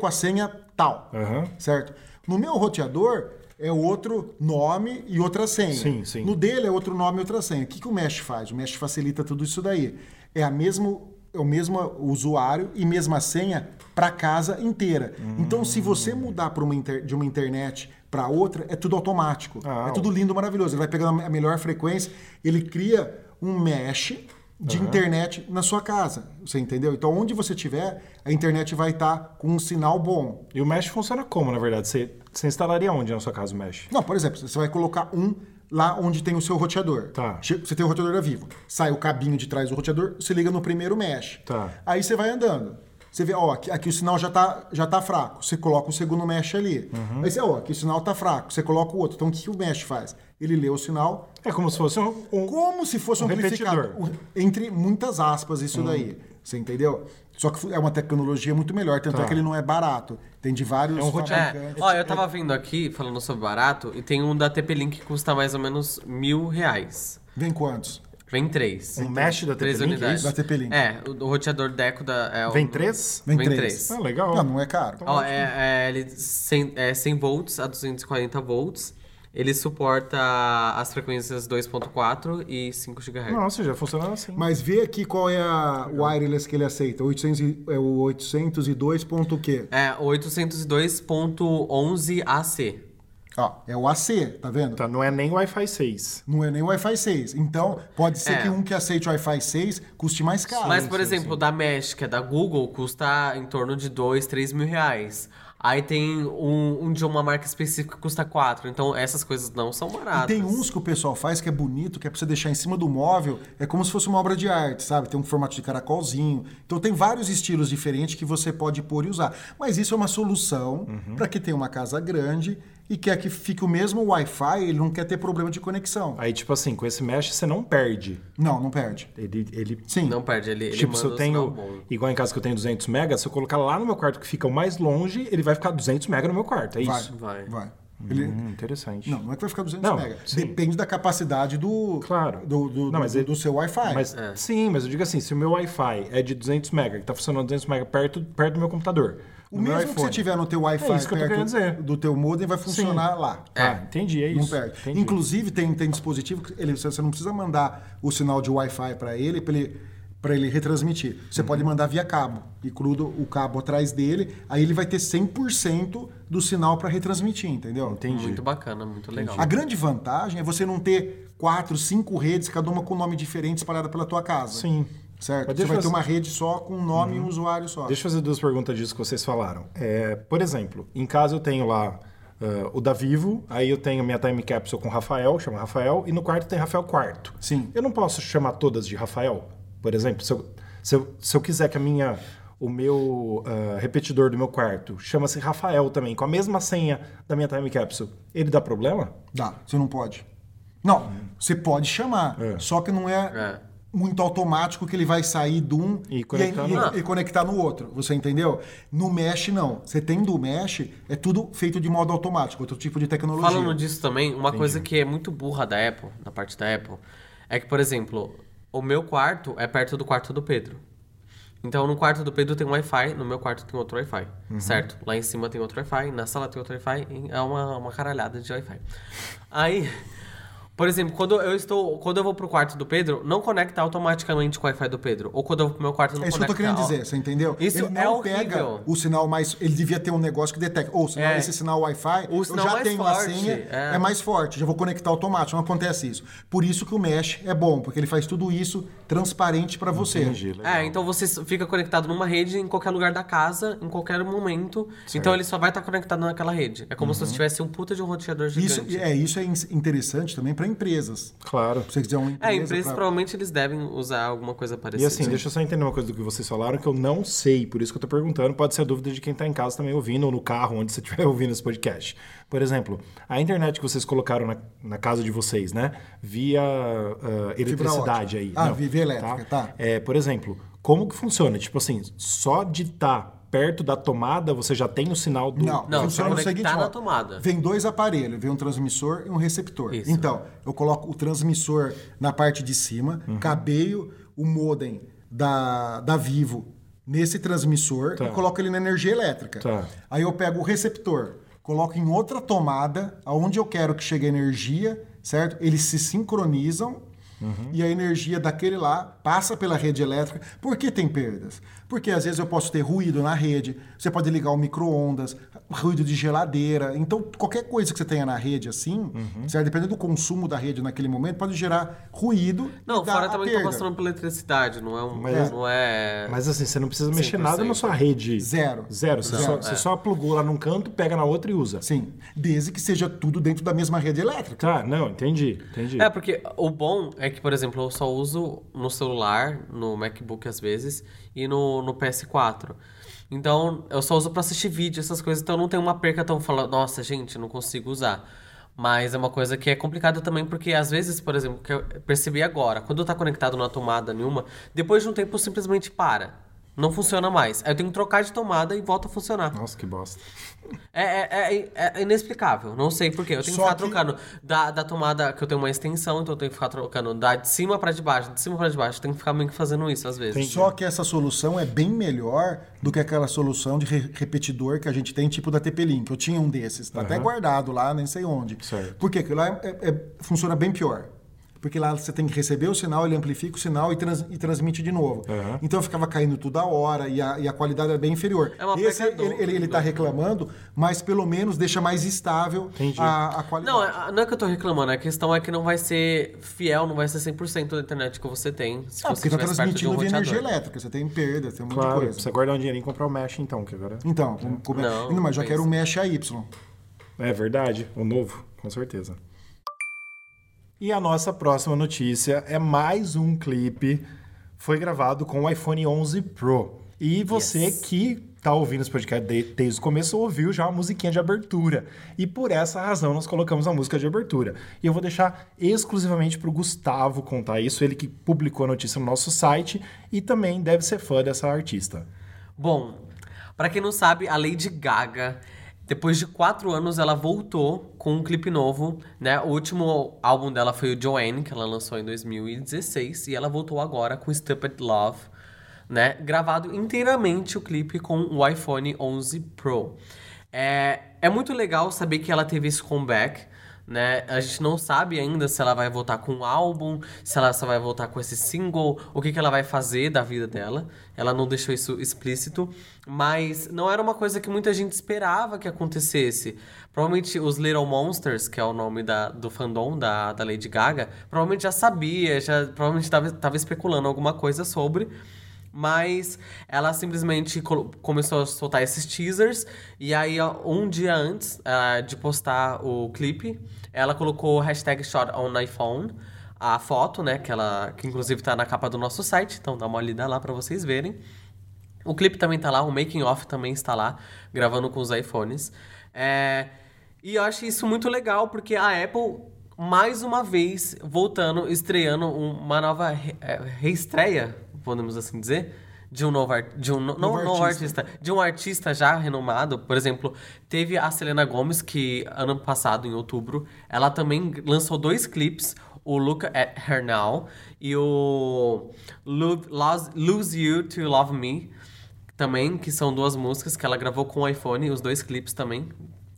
C: com a senha tal.
A: Aham.
C: Certo? No meu roteador é outro nome e outra senha.
A: Sim, sim.
C: No dele é outro nome e outra senha. O que, que o Mesh faz? O Mesh facilita tudo isso daí. É a mesmo é o mesmo usuário e mesma senha para casa inteira.
A: Hum.
C: Então, se você mudar pra uma inter- de uma internet para outra, é tudo automático.
A: Ah,
C: é tudo lindo, maravilhoso. Ele vai pegando a melhor frequência, ele cria um mesh de internet na sua casa. Você entendeu? Então, onde você tiver, a internet vai estar com um sinal bom.
A: E o Mesh funciona como, na verdade? Você, você instalaria onde na sua casa o Mesh?
C: Não, por exemplo, você vai colocar um lá onde tem o seu roteador.
A: Tá.
C: Che- Você tem o roteador da Vivo. Sai o cabinho de trás do roteador, você liga no primeiro mesh.
A: Tá.
C: Aí você vai andando. Você vê, ó, aqui, aqui o sinal já tá, já tá fraco. Você coloca o segundo mesh ali.
A: Uhum.
C: Aí você, ó, aqui o sinal tá fraco. Você coloca o outro. Então o que que o mesh faz? Ele lê o sinal,
A: É como se fosse um. um-
C: como se fosse um,
A: Um
C: amplificador.
A: repetidor. Hum.
C: O- Entre muitas aspas, isso daí. Você entendeu? Só que fu- é uma tecnologia muito melhor, tanto é que ele não é barato. Tem de vários.
A: Tá. É um roteador.
B: É,
C: fabricantes.
B: ó, eu tava vendo aqui, falando sobre barato, e tem um da TP-Link que custa mais ou menos mil reais.
A: É.
C: Vem quantos?
B: Vem três.
A: Um mesh da
B: Três
A: TP-Link, é
B: unidades.
A: isso?
C: Da TP-Link.
B: É, o, o roteador Deco da. é o-
A: Vem três?
B: Vem,
C: Vem
B: três.
C: três.
A: Ah, legal.
C: Não, não é caro.
B: Ó, é, é, ele 100, é 100 volts a 240 volts. Ele suporta as frequências 2.4 e 5 GHz.
A: Nossa, já funciona assim.
C: Mas vê aqui qual é a o wireless que ele aceita. 800 e- é o 802. ponto o quê?
B: É 802.11 AC.
C: Ó, é o AC, tá vendo?
A: Tá, não é nem Wi-Fi 6.
C: Não é nem o Wi-Fi 6. Então, pode ser
B: É.
C: que um que aceite o Wi-Fi 6 custe mais caro.
B: Mas, por exemplo, da Mesh, que é da Google, custa em torno de 2, 3 mil reais. Aí tem um, um de uma marca específica que custa 4. Então, essas coisas não são
C: E
B: baratas.
C: tem uns que o pessoal faz que é bonito, que é pra você deixar em cima do móvel. É como se fosse uma obra de arte, sabe? Tem um formato de caracolzinho. Então tem vários estilos diferentes que você pode pôr e usar. Mas isso é uma solução pra para quem tem uma casa grande e quer que fique o mesmo Wi-Fi, ele não quer ter problema de conexão.
A: Aí, tipo assim, com esse Mesh você não perde.
C: Não, não perde.
A: Ele. ele...
C: Sim.
B: Não perde, ele, ele
A: tipo,
B: manda
A: se eu
B: um
A: tenho.
B: sinal bom.
A: Igual em casa que eu tenho 200 mega, se eu colocar lá no meu quarto que fica o mais longe, ele vai ficar 200 mega no meu quarto. É
C: Vai,
A: isso.
B: Vai.
C: vai. Ele-
A: Hum, interessante.
C: Não, não é que vai ficar 200
A: Não,
C: mega.
A: sim.
C: Depende da capacidade do,
A: Claro.
C: do, do,
A: Não, mas
C: do-
A: ele-
C: do seu Wi-Fi.
A: Mas,
B: É.
A: Sim, mas eu digo assim, se o meu Wi-Fi é de 200 mega, que tá funcionando 200 mega perto, perto do meu computador.
C: o
A: no meu
C: mesmo que você
A: iPhone. É
C: tiver no teu Wi-Fi
A: isso que eu tô
C: perto
A: querendo dizer.
C: do teu modem vai funcionar lá.
A: Ah, entendi, é isso.
C: Não perde.
A: Entendi.
C: Inclusive, tem, tem dispositivo que ele, você não precisa mandar o sinal de Wi-Fi para ele, para ele, pra ele retransmitir. Você
A: Uhum.
C: pode mandar via cabo e crudo o cabo atrás dele, aí ele vai ter 100% do sinal para retransmitir, entendeu?
B: Muito bacana, muito legal.
C: A grande vantagem é você não ter quatro, cinco redes, cada uma com nome diferente espalhada pela tua casa.
A: Sim.
C: Certo?
A: Mas
C: Você
A: deixa
C: vai
A: eu- Uhum.
C: ter uma rede só com um nome e um usuário só.
A: Deixa eu fazer duas perguntas disso que vocês falaram. É, por exemplo, em casa eu tenho lá ah, o da Vivo, aí eu tenho minha time capsule com Rafael, chama Rafael, e no quarto tem Rafael Quarto.
C: Sim.
A: Eu não posso chamar todas de Rafael, por exemplo. Se eu, se eu, se eu quiser que a minha, o meu ah, repetidor do meu quarto chama-se Rafael também, com a mesma senha da minha time capsule, ele dá problema?
C: Dá, você não pode. Não, você pode chamar,
A: É.
C: só que não é,
B: É.
C: muito automático que ele vai sair de um
A: E conectar
C: e-
A: no
C: e-
B: outro.
C: e conectar no outro. Você entendeu? No Mesh, não. Você tem do Mesh, é tudo feito de modo automático, outro tipo de tecnologia.
B: Falando disso também, uma coisa que é muito burra da Apple, da parte da Apple, é que, por exemplo, o meu quarto é perto do quarto do Pedro. Então, no quarto do Pedro tem um Wi-Fi, no meu quarto tem outro Wi-Fi,
C: Uhum.
B: certo? Lá em cima tem outro Wi-Fi, na sala tem outro Wi-Fi, e é uma, uma caralhada de Wi-Fi. Aí, Por exemplo, quando eu estou, quando eu vou pro quarto do Pedro, não conecta automaticamente com o Wi-Fi do Pedro. Ou quando eu vou pro meu quarto, não
C: É isso que eu
B: conecta.
C: tô querendo
B: ó.
C: dizer, você entendeu?
B: Isso
C: ele não
B: é
C: pega
B: horrível.
C: o sinal mais. Ele devia ter um negócio que detecta. Ou sinal,
B: É.
C: esse sinal Wi-Fi,
B: O sinal
C: eu já
B: mais
C: tenho a
B: forte,
C: senha,
B: é.
C: é. mais forte, já vou conectar automático. Não acontece isso. Por isso que o Mesh é bom, porque ele faz tudo isso transparente pra você.
A: Entendi, legal.
B: É, então você s- fica conectado numa rede em qualquer lugar da casa, em qualquer momento. Então ele só vai estar conectado naquela rede. É como se você tivesse um puta de um roteador
C: Isso
B: gigante.
C: é, isso é in- interessante também pra empresas.
A: Claro.
C: Se você quiser uma empresa.
B: É, empresas
C: pra-
B: provavelmente eles devem usar alguma coisa parecida.
A: E assim, deixa eu só entender uma coisa do que vocês falaram que eu não sei, por isso que eu tô perguntando, pode ser a dúvida de quem tá em casa também ouvindo, ou no carro, onde você estiver ouvindo esse podcast. Por exemplo, a internet que vocês colocaram na, na casa de vocês, né? Via ah, eletricidade
C: ótica.
A: aí.
C: Ah, via elétrica, tá.
A: É, por exemplo, como que funciona? Tipo assim, só de estar perto da tomada, você já tem o sinal do...
C: Não,
B: Não,
C: funciona
B: só
C: no seguinte
B: conectar na
C: modo.
B: tomada.
C: Vem dois aparelhos, vem um transmissor e um receptor.
B: Isso.
C: Então, eu coloco o transmissor na parte de cima, cabeio o modem da, da Vivo nesse transmissor e coloco ele na energia elétrica.
A: Tá.
C: Aí eu pego o receptor, coloco em outra tomada, aonde eu quero que chegue a energia, certo? Eles se sincronizam e a energia daquele lá passa pela rede elétrica. Por que tem perdas? Porque às vezes eu posso ter ruído na rede, você pode ligar o micro-ondas, ruído de geladeira. Então, qualquer coisa que você tenha na rede assim, certo? dependendo do consumo da rede naquele momento, pode gerar ruído. e
B: Não,
C: dar
B: fora
C: a
B: também
C: perda.
B: tá passando pela eletricidade, não é um.
A: Mas-
B: não é...
A: Mas assim, você não precisa mexer
B: 100%.
A: nada na sua rede.
C: Zero.
A: Zero. Você,
C: Não,
A: só,
C: é.
A: você só plugou lá num canto, pega na outra e usa.
C: Sim, desde que seja tudo dentro da mesma rede elétrica.
A: Tá, não, entendi, entendi.
B: É, porque o bom é que, por exemplo, eu só uso no celular, no MacBook às vezes, e no, no PS4. Então, eu só uso pra assistir vídeo, essas coisas, então não tem uma perca tão falando, nossa, gente, não consigo usar. Mas é uma coisa que é complicada também, porque às vezes, por exemplo, que eu percebi agora, quando tá conectado na tomada nenhuma, depois de um tempo simplesmente para. Não funciona mais. Aí eu tenho que trocar de tomada e volta a funcionar.
A: Nossa, que bosta.
B: É, é- é- é inexplicável, não sei porquê. Eu tenho
C: Só
B: que ficar
C: que-
B: trocando da, da tomada, que eu tenho uma extensão, então eu tenho que ficar trocando da de cima pra de baixo, de cima pra de baixo. Tenho que ficar meio que fazendo isso às vezes.
C: Só que essa solução é bem melhor do que aquela solução de re- repetidor que a gente tem, tipo da TP-Link. Eu tinha um desses, tá até guardado lá, nem sei onde.
A: Certo.
C: Por quê? Porque lá é- é- funciona bem pior. Porque lá você tem que receber o sinal, ele amplifica o sinal e, trans- e transmite de novo.
A: Aham.
C: Então ficava caindo tudo a hora e a, e a qualidade era bem inferior.
B: É né? uma
C: Esse,
B: perca do-
C: ele, ele, ele tá
B: do-
C: reclamando, mas pelo menos deixa mais estável
A: Entendi.
C: a, a qualidade.
B: Não, é- não é que eu tô reclamando, a questão é que não vai ser fiel, não vai ser 100% da internet que você tem. Se
C: Ah,
B: você
C: porque tá
B: estiver perto de
C: transmitindo
B: um
C: via
B: roteador.
C: energia elétrica, você tem perda, tem um monte de
A: Claro,
C: coisa.
A: precisa guardar um dinheirinho e comprar o Mesh então, que agora...
C: Então, vamos comer.
B: Não,
C: Não, mas já
B: pensa.
C: quero o Mesh AY.
A: É verdade, o novo, com certeza. E a nossa próxima notícia é mais um clipe. Foi gravado com o iPhone 11 Pro. E você
B: Yes.
A: que tá ouvindo esse podcast de- desde o começo ouviu já a musiquinha de abertura. E por essa razão nós colocamos a música de abertura. E eu vou deixar exclusivamente pro Gustavo contar isso, ele que publicou a notícia no nosso site e também deve ser fã dessa artista.
B: Bom, pra quem não sabe, a Lady Gaga, depois de quatro anos, ela voltou com um clipe novo, né? O último álbum dela foi o Joanne, que ela lançou em 2016, e ela voltou agora com Stupid Love, né? Gravado inteiramente o clipe com o iPhone 11 Pro. É, é muito legal saber que ela teve esse comeback, né? A gente não sabe ainda se ela vai voltar com um álbum, se ela só vai voltar com esse single, o que, que ela vai fazer da vida dela. Ela não deixou isso explícito, mas não era uma coisa que muita gente esperava que acontecesse. Provavelmente os Little Monsters, que é o nome da, do fandom da, da Lady Gaga, provavelmente já sabia, já provavelmente tava, tava especulando alguma coisa sobre. Mas ela simplesmente colo- começou a soltar esses teasers. E aí, ó, um dia antes ah, de postar o clipe, ela colocou o hashtag shot on iPhone. A foto, né? Que, ela, que inclusive tá na capa do nosso site. Então dá uma olhada lá pra vocês verem. O clipe também tá lá, o making off também está lá, gravando com os iPhones. É, e eu acho isso muito legal, porque a Apple, mais uma vez, voltando, estreando uma nova re- é, reestreia, podemos assim dizer, de um novo, ar- de um, no- não,
C: Novo
B: novo
C: artista.
B: artista, de um artista já renomado. Por exemplo, teve a Selena Gomez, que ano passado, em outubro, ela também lançou dois clipes, o Look at Her Now e o Lo- Los- Lose You to Love Me, também, que são duas músicas que ela gravou com o iPhone, os dois clipes também.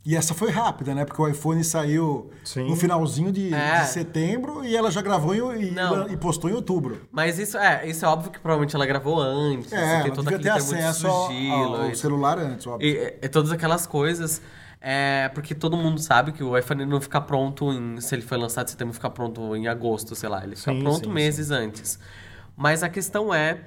C: E essa foi rápida, né? Porque o iPhone saiu
A: Sim.
C: no finalzinho de,
B: É.
C: de setembro e ela já gravou em- e,
B: Não.
C: e postou em outubro.
B: Mas isso é, isso é óbvio que provavelmente ela gravou antes,
C: É,
B: assim,
C: ela
B: tem todo
C: devia
B: aquele
C: ter
B: termo de
C: acesso ao,
B: sigilo.
C: ao
B: e-
C: celular antes, óbvio.
B: E, e todas aquelas coisas. É, porque todo mundo sabe que o iPhone não fica pronto em. Se ele foi lançado em setembro, fica pronto em agosto, sei lá. Ele fica
A: Sim,
B: pronto
A: sim,
B: meses antes. Mas a questão é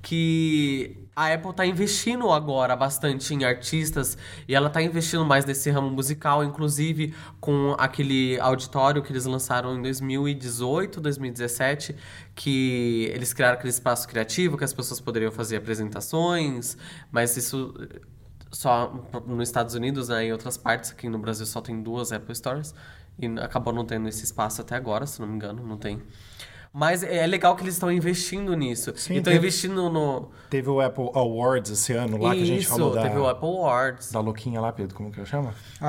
B: que a Apple tá investindo agora bastante em artistas e ela tá investindo mais nesse ramo musical, inclusive com aquele auditório que eles lançaram em 2018, 2017, que eles criaram aquele espaço criativo que as pessoas poderiam fazer apresentações, mas isso eh, só nos Estados Unidos, né? Em outras partes, aqui no Brasil só tem duas Apple Stores. E acabou não tendo esse espaço até agora, se não me engano, não tem. Mas é legal que eles estão investindo nisso.
A: Sim,
B: e estão
A: teve-
B: investindo no.
A: Teve o Apple Awards esse ano lá que a gente
B: Isso,
A: falou da,
B: teve o Apple Awards.
A: da louquinha lá, Pedro, como que ela chama?
C: A,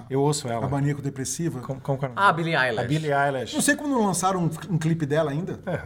C: a,
A: Eu ouço ela.
C: a maníaco depressiva.
A: Como, como que é o nome?
B: Ah, Billie
A: a
B: Eilish.
A: Billie Eilish.
C: Não sei como não lançaram um, um clipe dela ainda.
A: É,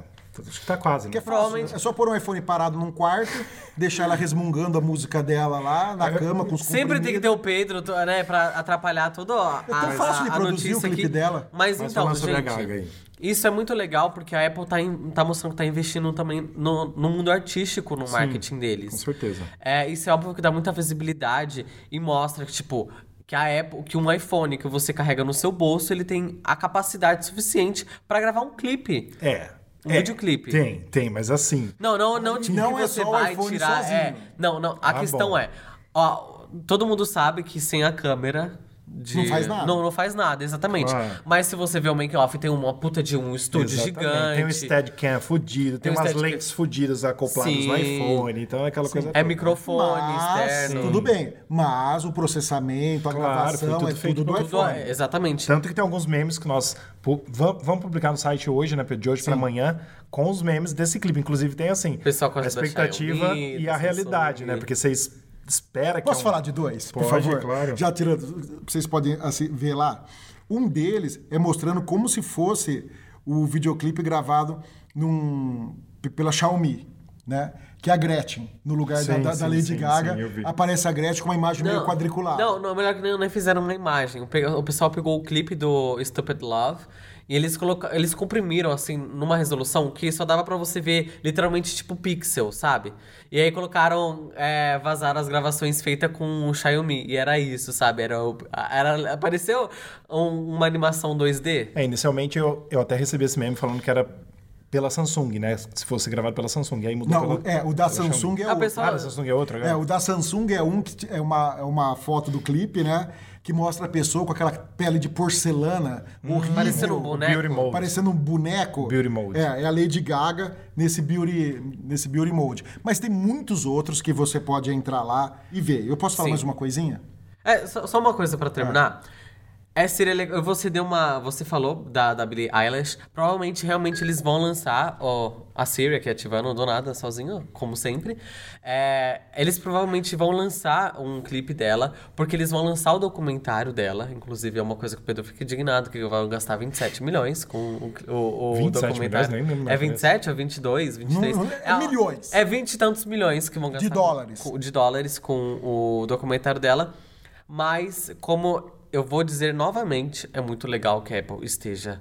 A: acho que tá quase. né?
C: Que é fácil,
B: Provavelmente-
C: né? É só pôr um iPhone parado num quarto, deixar ela resmungando a música dela lá
A: É.
C: na cama com os
B: Sempre tem que ter o Pedro, to- né? Pra atrapalhar toda a,
C: tão
B: a,
C: fácil de
B: a
C: produzir
B: notícia
C: o clipe
B: aqui.
C: dela.
B: Mas,
A: Mas
B: então,
A: falando sobre a
B: gente,
A: Gaga aí.
B: isso é muito legal porque a Apple tá, in- tá mostrando que tá investindo também no, no mundo artístico, no marketing deles.
A: com certeza.
B: É, isso é óbvio que dá muita visibilidade e mostra que, tipo, que a Apple, que um iPhone que você carrega no seu bolso, ele tem a capacidade suficiente pra gravar um clipe.
A: É.
B: Um
A: é.
B: videoclipe.
A: Tem, tem, mas assim.
B: Não, não, não, tipo,
C: Não
B: que
C: é
B: você
C: só o
B: vai
C: iPhone
B: tirar.
C: sozinho.
B: é. não, não. A
A: Ah,
B: questão
A: bom.
B: é, ó, todo mundo sabe que sem a câmera. de-
C: Não faz nada.
B: Não, não faz nada, exatamente.
A: Claro.
B: Mas se você vê o make-off, tem uma puta de um estúdio
A: exatamente.
B: gigante.
A: Tem o Steadicam fudido, tem,
B: Tem o
A: umas
B: Steadicam.
A: lentes fudidas acopladas no
B: Sim.
A: iPhone, então é aquela coisa.
B: É
A: toda.
B: microfone externo.
C: tudo bem. Mas o processamento, a
A: Claro, foi
C: gravação,
A: tudo
C: é
A: feito
C: tudo do
A: por-
B: Tudo-
C: iPhone.
B: exatamente.
A: Tanto que tem alguns memes que nós pu- vam- vamos publicar no site hoje, né, Pedro? De hoje para amanhã, com os memes desse clipe. Inclusive tem assim,
B: Pessoal com
A: a
B: a ajuda da
A: expectativa
B: Xiaomi,
A: e
B: da
A: a
B: Samsung.
A: realidade, né? Porque você es- espera que.
C: Posso
A: é um-
C: falar de dois, por
A: Pode,
C: favor?
A: claro.
C: Já tirando, vocês podem assim, ver lá. Um deles é mostrando como se fosse o videoclipe gravado num- p- pela Xiaomi, né? Que é a Gretchen, no lugar da-
A: Sim,
C: da, da
A: sim,
C: Lady
A: sim,
C: Gaga.
A: sim, eu vi.
C: aparece a Gretchen com uma imagem meio quadriculada.
B: Não, não, melhor que nem, nem fizeram uma imagem. O pe- O pessoal pegou o clipe do Stupid Love e eles coloca, eles comprimiram assim numa resolução que só dava pra você ver literalmente tipo pixel, sabe? E aí colocaram é, vazar as gravações feitas com o Xiaomi e era isso, sabe? Era, o- era apareceu um- uma animação 2D.
A: É, inicialmente eu, eu até recebi esse meme falando que era pela Samsung, né? Se fosse gravado pela Samsung. Aí mudou
C: Não, o-
A: pela-
C: é, o da
A: pela Xiaomi.
C: Samsung é
B: A
C: o.
B: pessoa-
A: Ah, da Samsung é
B: tá
A: outro agora?
C: É, o da Samsung é um que t- é uma, é uma foto do clipe, né? Que mostra a pessoa com aquela pele de porcelana horrível.
B: parecendo um
A: O
B: boneco.
A: Beauty Mode.
C: Parecendo um boneco.
A: Beauty Mode.
C: É, é a Lady Gaga nesse beauty, nesse beauty mode. Mas tem muitos outros que você pode entrar lá e ver. Eu posso falar
B: Sim.
C: mais uma coisinha?
B: É, só, só uma coisa pra terminar.
A: Ah.
B: É, seria legal. Você deu uma. Você falou da, da Billie Eilish. Provavelmente, realmente, eles vão lançar ó, a Siri aqui ativando do nada, sozinho, como sempre. É, eles provavelmente vão lançar um clipe dela, porque eles vão lançar o documentário dela. Inclusive, é uma coisa que o Pedro fica indignado, que vão gastar 27 milhões com o, o, o
A: 27 milhões?
B: documentário.
A: Nem lembro mais
B: é 27 ou 22, 23?
C: Não, não, é milhões.
B: É 20 e tantos milhões que vão gastar. com-
C: dólares.
B: com- de dólares com o documentário dela. Mas, como eu vou dizer novamente, é muito legal que a Apple esteja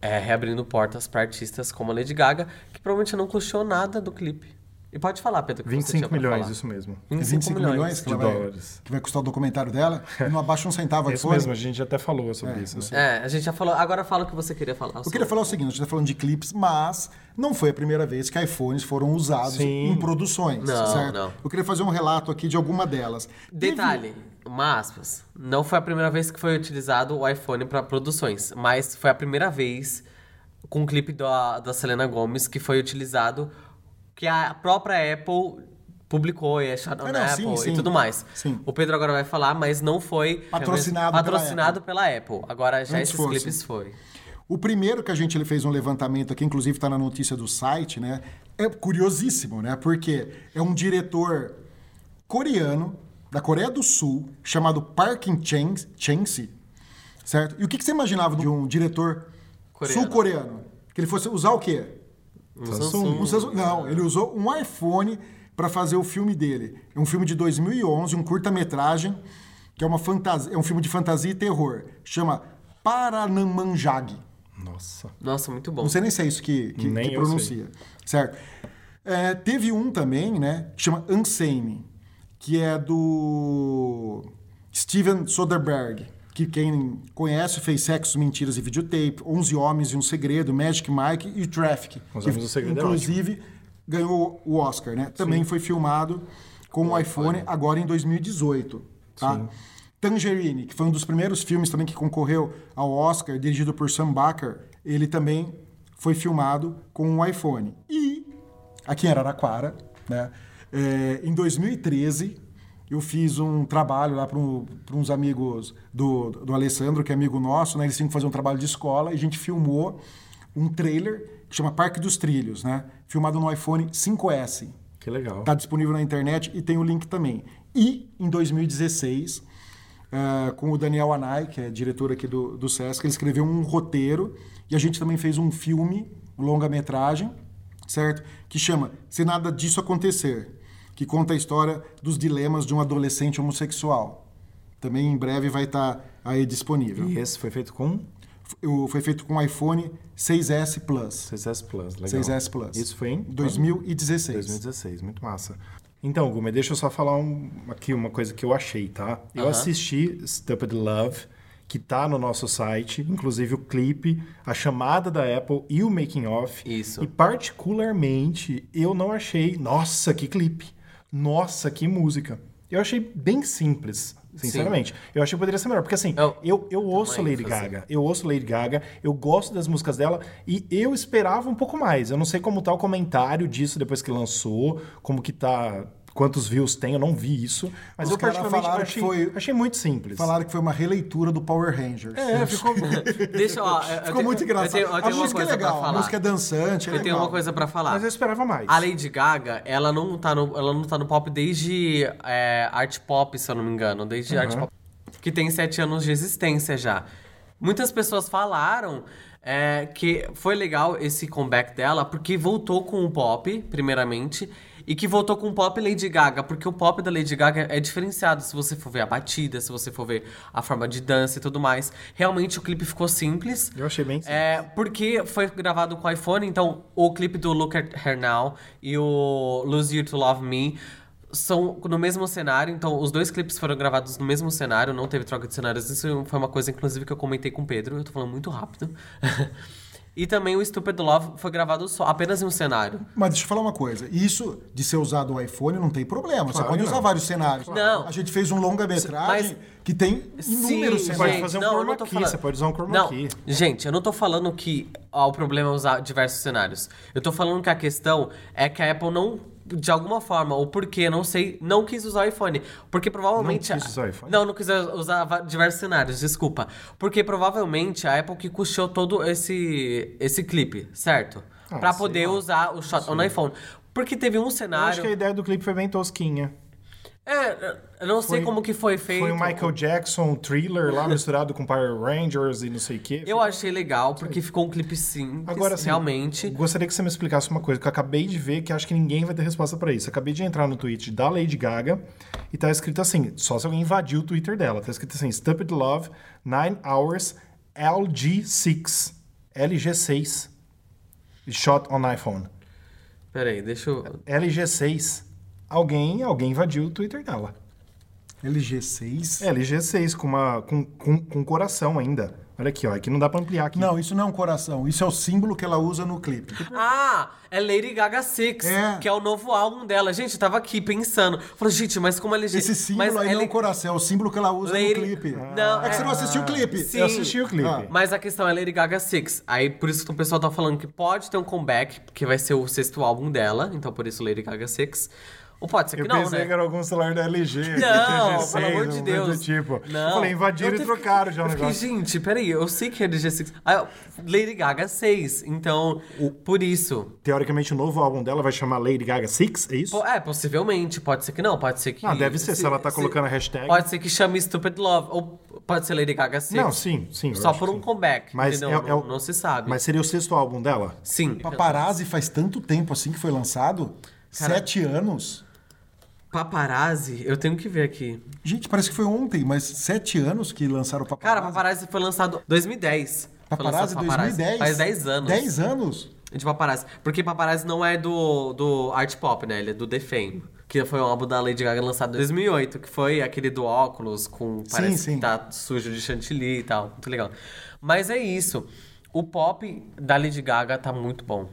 B: é, reabrindo portas para artistas como a Lady Gaga, que provavelmente não custou nada do clipe. E pode falar, Pedro, o que você
A: 25
B: tinha pra
A: milhões,
B: falar.
A: isso mesmo.
B: 25,
C: 25 milhões, que,
A: de
C: ela vai-
A: dólares.
C: que vai custar o documentário dela. E não abaixa um centavo
A: É
C: aqui
A: isso
C: fora.
A: mesmo, a gente até falou sobre isso. Né?
B: É, a gente já falou. Agora fala o que você queria falar.
C: Eu queria falar o seguinte, a gente tá falando de clipes, mas não foi a primeira vez que iPhones foram usados
A: Sim.
C: em produções,
B: Não,
C: certo?
B: não.
C: Eu queria fazer um relato aqui de alguma delas.
B: Detalhe, uma aspas. Não foi a primeira vez que foi utilizado o iPhone para produções, mas foi a primeira vez com o clipe da, da Selena Gomes que foi utilizado, que a própria Apple publicou e é achado na
C: Ah, não,
B: Apple
C: sim, sim.
B: e tudo mais.
C: Sim.
B: O Pedro agora vai falar, mas não foi
C: Patrocinado pela
B: patrocinado pela, Apple. Agora já
C: Antes
B: esses
C: fosse.
B: clipes foi.
C: O primeiro que a gente ele fez um levantamento aqui, inclusive está na notícia do site, né? É curiosíssimo, né? Porque é um diretor coreano da Coreia do Sul chamado Park In Chang, Chang-si, certo? E o que, que você imaginava de um diretor
B: Coreano.
C: sul-coreano? Que ele fosse usar o quê?
B: Um
A: Samsung.
B: Samsung.
C: Um Samsung- Não, ele usou um iPhone para fazer o filme dele. É um filme de 2011, um curta-metragem que é uma fantasia, é um filme de fantasia e terror. Chama Paranamanjag.
A: Nossa.
B: Nossa, muito bom.
C: Não sei nem se é isso que, que,
A: Nem
C: que
A: eu
C: pronuncia. Certo. É, teve um também, né? Que chama Unsane, que é do Steven Soderbergh, que quem conhece fez Sexo, Mentiras e Videotape, 11 Homens e um Segredo, Magic Mike e Traffic.
A: Os
C: que,
A: Homens e o Segredo é
C: inclusive, ganhou o Oscar, né? Também foi filmado com o iPhone agora em 2018, tá? Tangerine, que foi um dos primeiros filmes também que concorreu ao Oscar, dirigido por Sam Baker, ele também foi filmado com um iPhone. E aqui em Araraquara, né? é, em 2013, eu fiz um trabalho lá para uns amigos do, do Alessandro, que é amigo nosso, né? Eles tinham que fazer um trabalho de escola e a gente filmou um trailer que chama Parque dos Trilhos, né? Filmado no iPhone 5S.
A: Que legal.
C: Está Tá disponível na internet e tem o link também. E em 2016, ah, com o Daniel Anai, que é diretor aqui do, do Sesc, ele escreveu um roteiro e a gente também fez um filme, um longa-metragem, certo? Que chama Se Nada Disso Acontecer, que conta a história dos dilemas de um adolescente homossexual. Também em breve vai estar aí disponível.
A: E esse foi feito com
C: F- o- Foi feito com iPhone 6S Plus.
A: 6S Plus, legal.
C: 6S Plus.
A: Isso foi em
C: 2016.
A: 2016, muito massa. Então, Gumer, deixa eu só falar um- aqui uma coisa que eu achei, tá? Eu
B: Aham.
A: assisti Stupid Love, que tá no nosso site, inclusive o clipe, a chamada da Apple e o making off.
B: Isso.
A: E particularmente, eu não achei, nossa, que clipe. Nossa, que música. Eu achei bem simples, sinceramente. Eu achei que poderia ser melhor, porque assim,
B: Eu-
A: eu, eu ouço
B: uma
A: Lady
B: ênfase.
A: Gaga. Eu ouço Lady Gaga, eu gosto das músicas dela e eu esperava um pouco mais. Eu não sei como tá o comentário disso depois que lançou, como que tá, quantos views tem, eu não vi isso. Mas
C: Os
A: eu
C: caras
A: particularmente
C: falaram que
A: achei,
C: foi-
A: achei muito simples.
C: Falaram que foi uma releitura do Power Rangers.
A: É, ficou...
B: Deixa, ó, eu- eu
C: Ficou
B: tenho-
C: muito engraçado.
B: Eu tenho, eu
C: a
B: tenho uma
C: música é
B: coisa
C: legal,
B: pra
C: a
B: falar.
C: música é dançante. É
B: eu tenho
C: legal.
B: uma coisa pra falar.
A: mas eu esperava mais.
B: A Lady Gaga, ela não tá no, ela não tá no pop desde é, art pop, se eu não me engano. Desde art pop. Que tem sete anos de existência já. Muitas pessoas falaram é, que foi legal esse comeback dela, porque voltou com o pop, primeiramente. E que voltou com o pop Lady Gaga, porque o pop da Lady Gaga é diferenciado. Se você for ver a batida, se você for ver a forma de dança e tudo mais. Realmente o clipe ficou simples.
A: Eu achei bem simples.
B: É, porque foi gravado com iPhone, então o clipe do Look at Her Now e o Lose You to Love Me são no mesmo cenário, então os dois clipes foram gravados no mesmo cenário, não teve troca de cenários. Isso foi uma coisa, inclusive, que eu comentei com o Pedro, eu tô falando muito rápido. e também o Stupid Love foi gravado só, apenas em um cenário.
C: Mas deixa eu falar uma coisa. Isso de ser usado o iPhone não tem problema. você
A: Claro
C: pode
A: que
C: usar
A: não.
C: vários cenários.
B: Não.
C: A gente fez um
B: Mas-
C: longa-metragem que tem inúmeros
B: Sim,
A: pode
C: cenários.
B: gente,
A: fazer um
B: não, eu
A: chroma
B: não tô
A: key,
B: falando-
A: você pode usar um chroma
B: não,
A: key.
B: Gente, eu não tô falando que ó, o problema é usar diversos cenários. Eu tô falando que a questão é que a Apple não, de alguma forma, ou porquê, não sei, não quis usar o iPhone. Porque provavelmente.
A: Não quis usar o iPhone?
B: Não, não quis usar va- diversos cenários, desculpa. Porque provavelmente a Apple que custeou todo esse, esse clipe, certo?
A: Ah,
B: pra
A: sei
B: poder
A: lá.
B: usar o shot on iPhone. Porque teve um
A: Eu acho
B: cenário.
A: que a ideia do clipe foi bem tosquinha.
B: É, eu não sei
A: Foi-
B: como que foi feito.
A: Foi o Michael Jackson, o thriller lá misturado com Power Rangers e não sei o quê.
B: Eu achei legal, porque ficou um clipe simples,
A: Agora sim,
B: realmente.
A: gostaria que você me explicasse uma coisa que eu acabei de ver, que acho que ninguém vai ter resposta pra isso. Eu acabei de entrar no tweet da Lady Gaga e tá escrito assim, só se alguém invadiu o Twitter dela, tá escrito assim, Stupid Love, 9 Hours, LG6, LG6, Shot on iPhone.
B: Peraí, deixa eu.
A: LG6, alguém, alguém invadiu o Twitter dela.
C: LG6.
B: É.
A: LG6, com, uma, com, com, com coração ainda. Olha aqui, ó, aqui não dá pra ampliar aqui.
C: Não, isso não é um coração. Isso é o símbolo que ela usa no clipe.
B: Ah, é Lady Gaga Six,
C: É.
B: que é o novo álbum dela. Gente, eu tava aqui pensando. Falei, gente, mas como ela
C: Esse símbolo aí não é um coração, é o símbolo que ela usa
B: Lady-
C: no clipe.
B: Não,
C: é que você
B: é-
C: não assistiu o clipe.
B: Sim.
A: Eu assisti o clipe.
C: Ah.
B: Mas a questão é Lady Gaga Six. Aí por isso que o pessoal tá falando que pode ter um comeback, porque vai ser o sexto álbum dela, então por isso Lady Gaga Six. Ou pode ser que
A: Eu
B: não,
A: pensei
B: né?
A: que era algum celular da LG. que
B: Não,
A: tinha G6,
B: pelo amor de
A: alguma
B: Deus.
A: coisa do tipo.
B: Não.
A: Eu falei, invadiram
B: Eu
A: e
B: te-
A: trocaram já o
B: eu fiquei,
A: negócio.
B: Gente, peraí, eu sei que é LG6. Ah, Lady Gaga 6, então, por isso.
A: Teoricamente, o novo álbum dela vai chamar Lady Gaga Six, é isso?
B: Po- É, possivelmente. Pode ser que não, pode ser que.
A: Ah, deve ser, se ela tá colocando a hashtag.
B: Pode ser que chame Stupid Love. Ou pode ser Lady Gaga 6.
A: Não, sim, sim. eu
B: é Só
A: acho
B: por
A: que
B: um
A: sim.
B: comeback.
A: Mas
B: entendeu?
A: é o- é o-
B: não, não se sabe.
A: Mas seria o sexto álbum dela?
B: Sim.
C: Paparazzi faz tanto tempo assim que foi lançado. Sete anos.
B: Paparazzi, eu tenho que ver aqui.
C: Gente, parece que foi ontem, mas sete anos que lançaram o Paparazzi.
B: Cara, Paparazzi foi lançado em 2010. Foi
C: Paparazzi,
B: lançado Paparazzi.
C: 2010.
B: Faz 10 anos.
C: 10 anos?
B: É De Paparazzi. Porque Paparazzi não é do, do art pop, né? Ele é do The Fame. Que foi um álbum da Lady Gaga lançado em 2008. Que foi aquele do óculos com... Parece
C: sim.
B: que tá sujo de chantilly e tal. Muito legal. Mas é isso. O pop da Lady Gaga tá muito bom.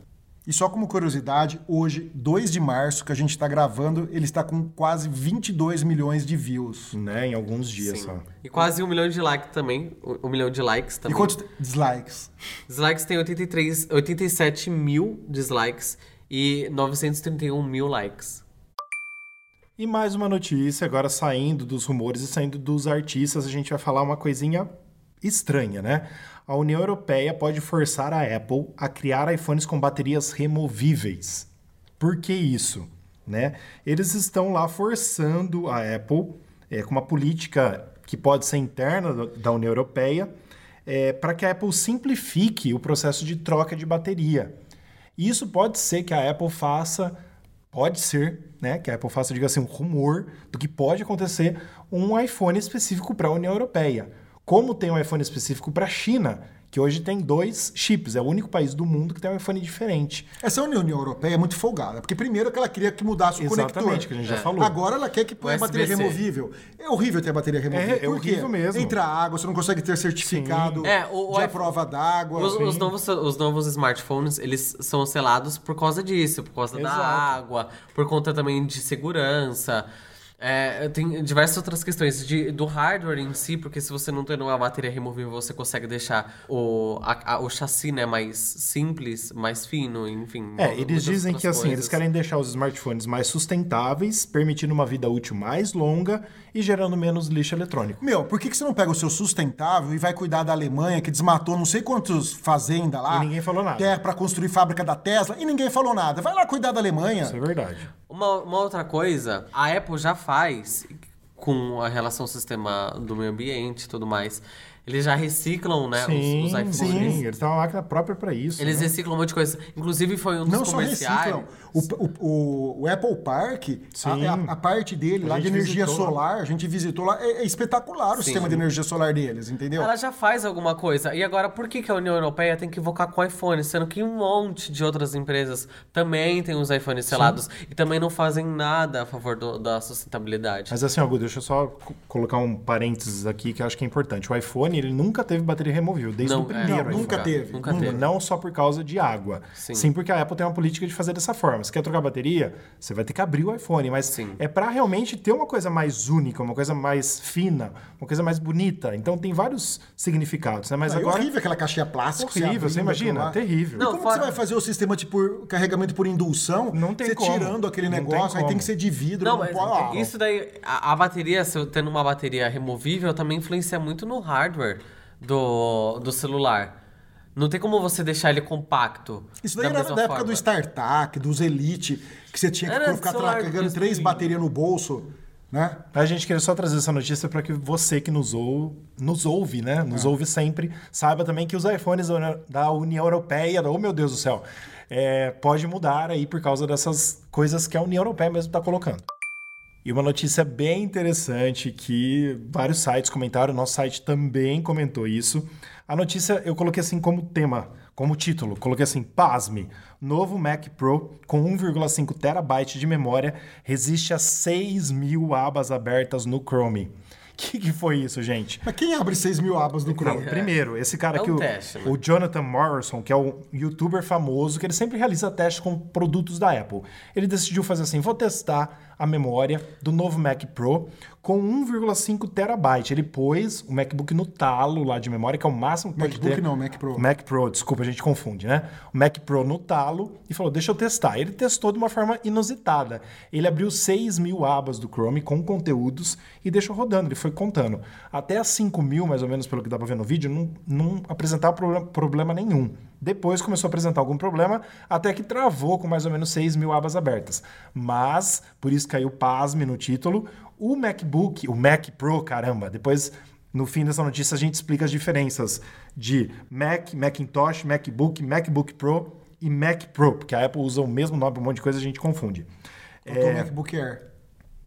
C: E só como curiosidade, hoje, 2 de março, que a gente está gravando, ele está com quase 22 milhões de views.
A: Né? Em alguns dias
B: Sim.
A: só.
B: E quase um milhão de likes também. Um um milhão de likes
C: E
B: também.
C: quantos dislikes?
B: Dislikes tem 83, 87 mil dislikes e 931 mil likes.
A: E mais uma notícia, agora saindo dos rumores e saindo dos artistas, a gente vai falar uma coisinha estranha, né? A União Europeia pode forçar a Apple a criar iPhones com baterias removíveis. Por que isso? Né? Eles estão lá forçando a Apple, é, com uma política que pode ser interna do- da União Europeia, é, para que a Apple simplifique o processo de troca de bateria. E Isso pode ser que a Apple faça Pode ser, né, que a Apple faça, diga assim, um rumor do que pode acontecer um iPhone específico para a União Europeia. Como tem um iPhone específico para a China, que hoje tem dois chips, é o único país do mundo que tem um iPhone diferente.
C: Essa União Europeia é muito folgada, porque primeiro que ela queria que mudasse o
A: Exatamente,
C: conector.
A: que a gente
B: É.
A: já falou.
C: Agora ela quer que ponha a bateria
B: USB-C.
C: removível. É horrível ter a bateria removível.
A: É, é
C: Por quê?
A: horrível mesmo.
C: Entra água, você não consegue ter certificado
B: Sim. É, o- o
C: de
B: iPhone-
C: prova d'água.
B: Os, os
C: Sim.
B: novos, os novos smartphones, eles são selados por causa disso, por causa
A: Exato.
B: da água, por conta também de segurança. É, tem diversas outras questões de- do hardware em si, porque se você não tem uma bateria removível, você consegue deixar o, a- a- o chassi né, mais simples, mais fino, enfim.
A: É,
B: muitas
A: eles dizem
B: outras
A: que assim, eles
B: coisas.
A: querem deixar os smartphones mais sustentáveis, permitindo uma vida útil mais longa e gerando menos lixo eletrônico.
C: Meu, por que, que você não pega o seu sustentável e vai cuidar da Alemanha, que desmatou não sei quantos fazendas lá?
A: E ninguém falou nada.
C: Terra pra construir fábrica da Tesla e ninguém falou nada. Vai lá cuidar da Alemanha.
A: Isso é verdade.
B: Uma, uma outra coisa, a Apple já faz com a relação ao sistema do meio ambiente e tudo mais. Eles já reciclam, né, os-
A: Sim,
B: os, iPhones.
A: sim, eles têm uma máquina própria para isso.
B: Eles
A: né?
B: reciclam um monte de coisa. Inclusive foi um dos
C: Não só
B: comerciais.
C: reciclam. O, o- o- o Apple Park, a,
A: Sim.
C: a- a parte dele
A: A
C: lá de
A: gente
C: energia
A: visitou lá.
C: solar, a gente visitou lá, é, é espetacular o sistema de energia solar deles, entendeu?
B: Ela já faz alguma coisa. E agora, por que, que a União Europeia tem que invocar com o iPhone? Sendo que um monte de outras empresas também têm os iPhones selados e também não fazem nada a favor do- da sustentabilidade.
A: Mas assim, Agu, deixa eu só co- colocar um parênteses aqui que eu acho que é importante. O iPhone, ele nunca teve bateria removível, desde
B: Não,
A: o
B: é,
A: primeiro.
C: Não, nunca
A: iPhone.
C: teve.
B: Nunca
A: Não-
B: teve.
A: Não só por causa de água. Sim.
B: Sim.
A: porque a Apple tem uma política de fazer dessa forma. Se quer trocar bateria, você vai ter que abrir o iPhone. Mas
B: Sim.
A: é para realmente ter uma coisa mais única, uma coisa mais fina, uma coisa mais bonita. Então tem vários significados, né? Mas
C: Não, é
A: agora. é
C: horrível aquela caixinha plástica. que
A: Horrível,
C: abre,
A: você imagina?
C: aquilo lá.
A: Terrível.
C: E
B: Não,
C: como
B: fora-
C: que você vai fazer o sistema de por- carregamento por indução?
A: Não tem
C: você
A: como.
C: tirando aquele
A: Não tem
C: negócio, aí tem
A: como.
C: que ser de vidro.
B: Não,
C: não
B: mas
C: pode- ah,
B: isso daí, a, a bateria, se eu tendo uma bateria removível, também influencia muito no hardware do, do celular. Não tem como você deixar ele compacto.
C: Isso daí
B: da
C: era
B: mesma
C: da época
B: forma.
C: do StarTAC, dos Elite, que você tinha que
B: Era
C: ficar
B: celular
C: carregando
A: assim.
B: de
C: três
B: streaming.
C: baterias no bolso, né?
A: A Tá, gente queria só trazer essa notícia para que você que nos, ou... nos ouve, né? Nos ouve sempre, saiba também que os iPhones da Uni- da União Europeia, oh meu Deus do céu, é, pode mudar aí por causa dessas coisas que a União Europeia mesmo está colocando. E uma notícia bem interessante que vários sites comentaram, nosso site também comentou isso. A notícia eu coloquei assim como tema, como título, coloquei assim: pasme, novo Mac Pro com 1,5 terabyte de memória resiste a 6 mil abas abertas no Chrome. O que, que foi isso, gente?
C: Mas quem abre 6 mil abas do
A: Não,
C: Chrome?
A: primeiro, esse cara
B: É
A: aqui,
B: um
A: o,
B: teste, né?
A: o Jonathan Morrison, que é um youtuber famoso, que ele sempre realiza testes com produtos da Apple. Ele decidiu fazer assim: vou testar a memória do novo Mac Pro com 1,5 terabyte. Ele pôs o MacBook no talo lá de memória, que é o máximo que pode
C: MacBook
A: ter.
C: não, Mac Pro.
A: Mac Pro, desculpa, a gente confunde, né? O Mac Pro no talo e falou: deixa eu testar. Ele testou de uma forma inusitada. Ele abriu 6 mil abas do Chrome com conteúdos e deixou rodando. Ele foi contando. Até as 5 mil, mais ou menos, pelo que dá pra ver no vídeo, não, não apresentava problema, problema nenhum. Depois começou a apresentar algum problema, até que travou com mais ou menos 6 mil abas abertas. Mas, por isso caiu pasme no título, o MacBook, o Mac Pro, caramba, depois no fim dessa notícia, a gente explica as diferenças de Mac, Macintosh, MacBook, MacBook Pro e
C: É,
A: Mac Pro, porque a Apple usa o mesmo nome para um monte de coisa e a gente confunde.
C: Eu tô MacBook Air.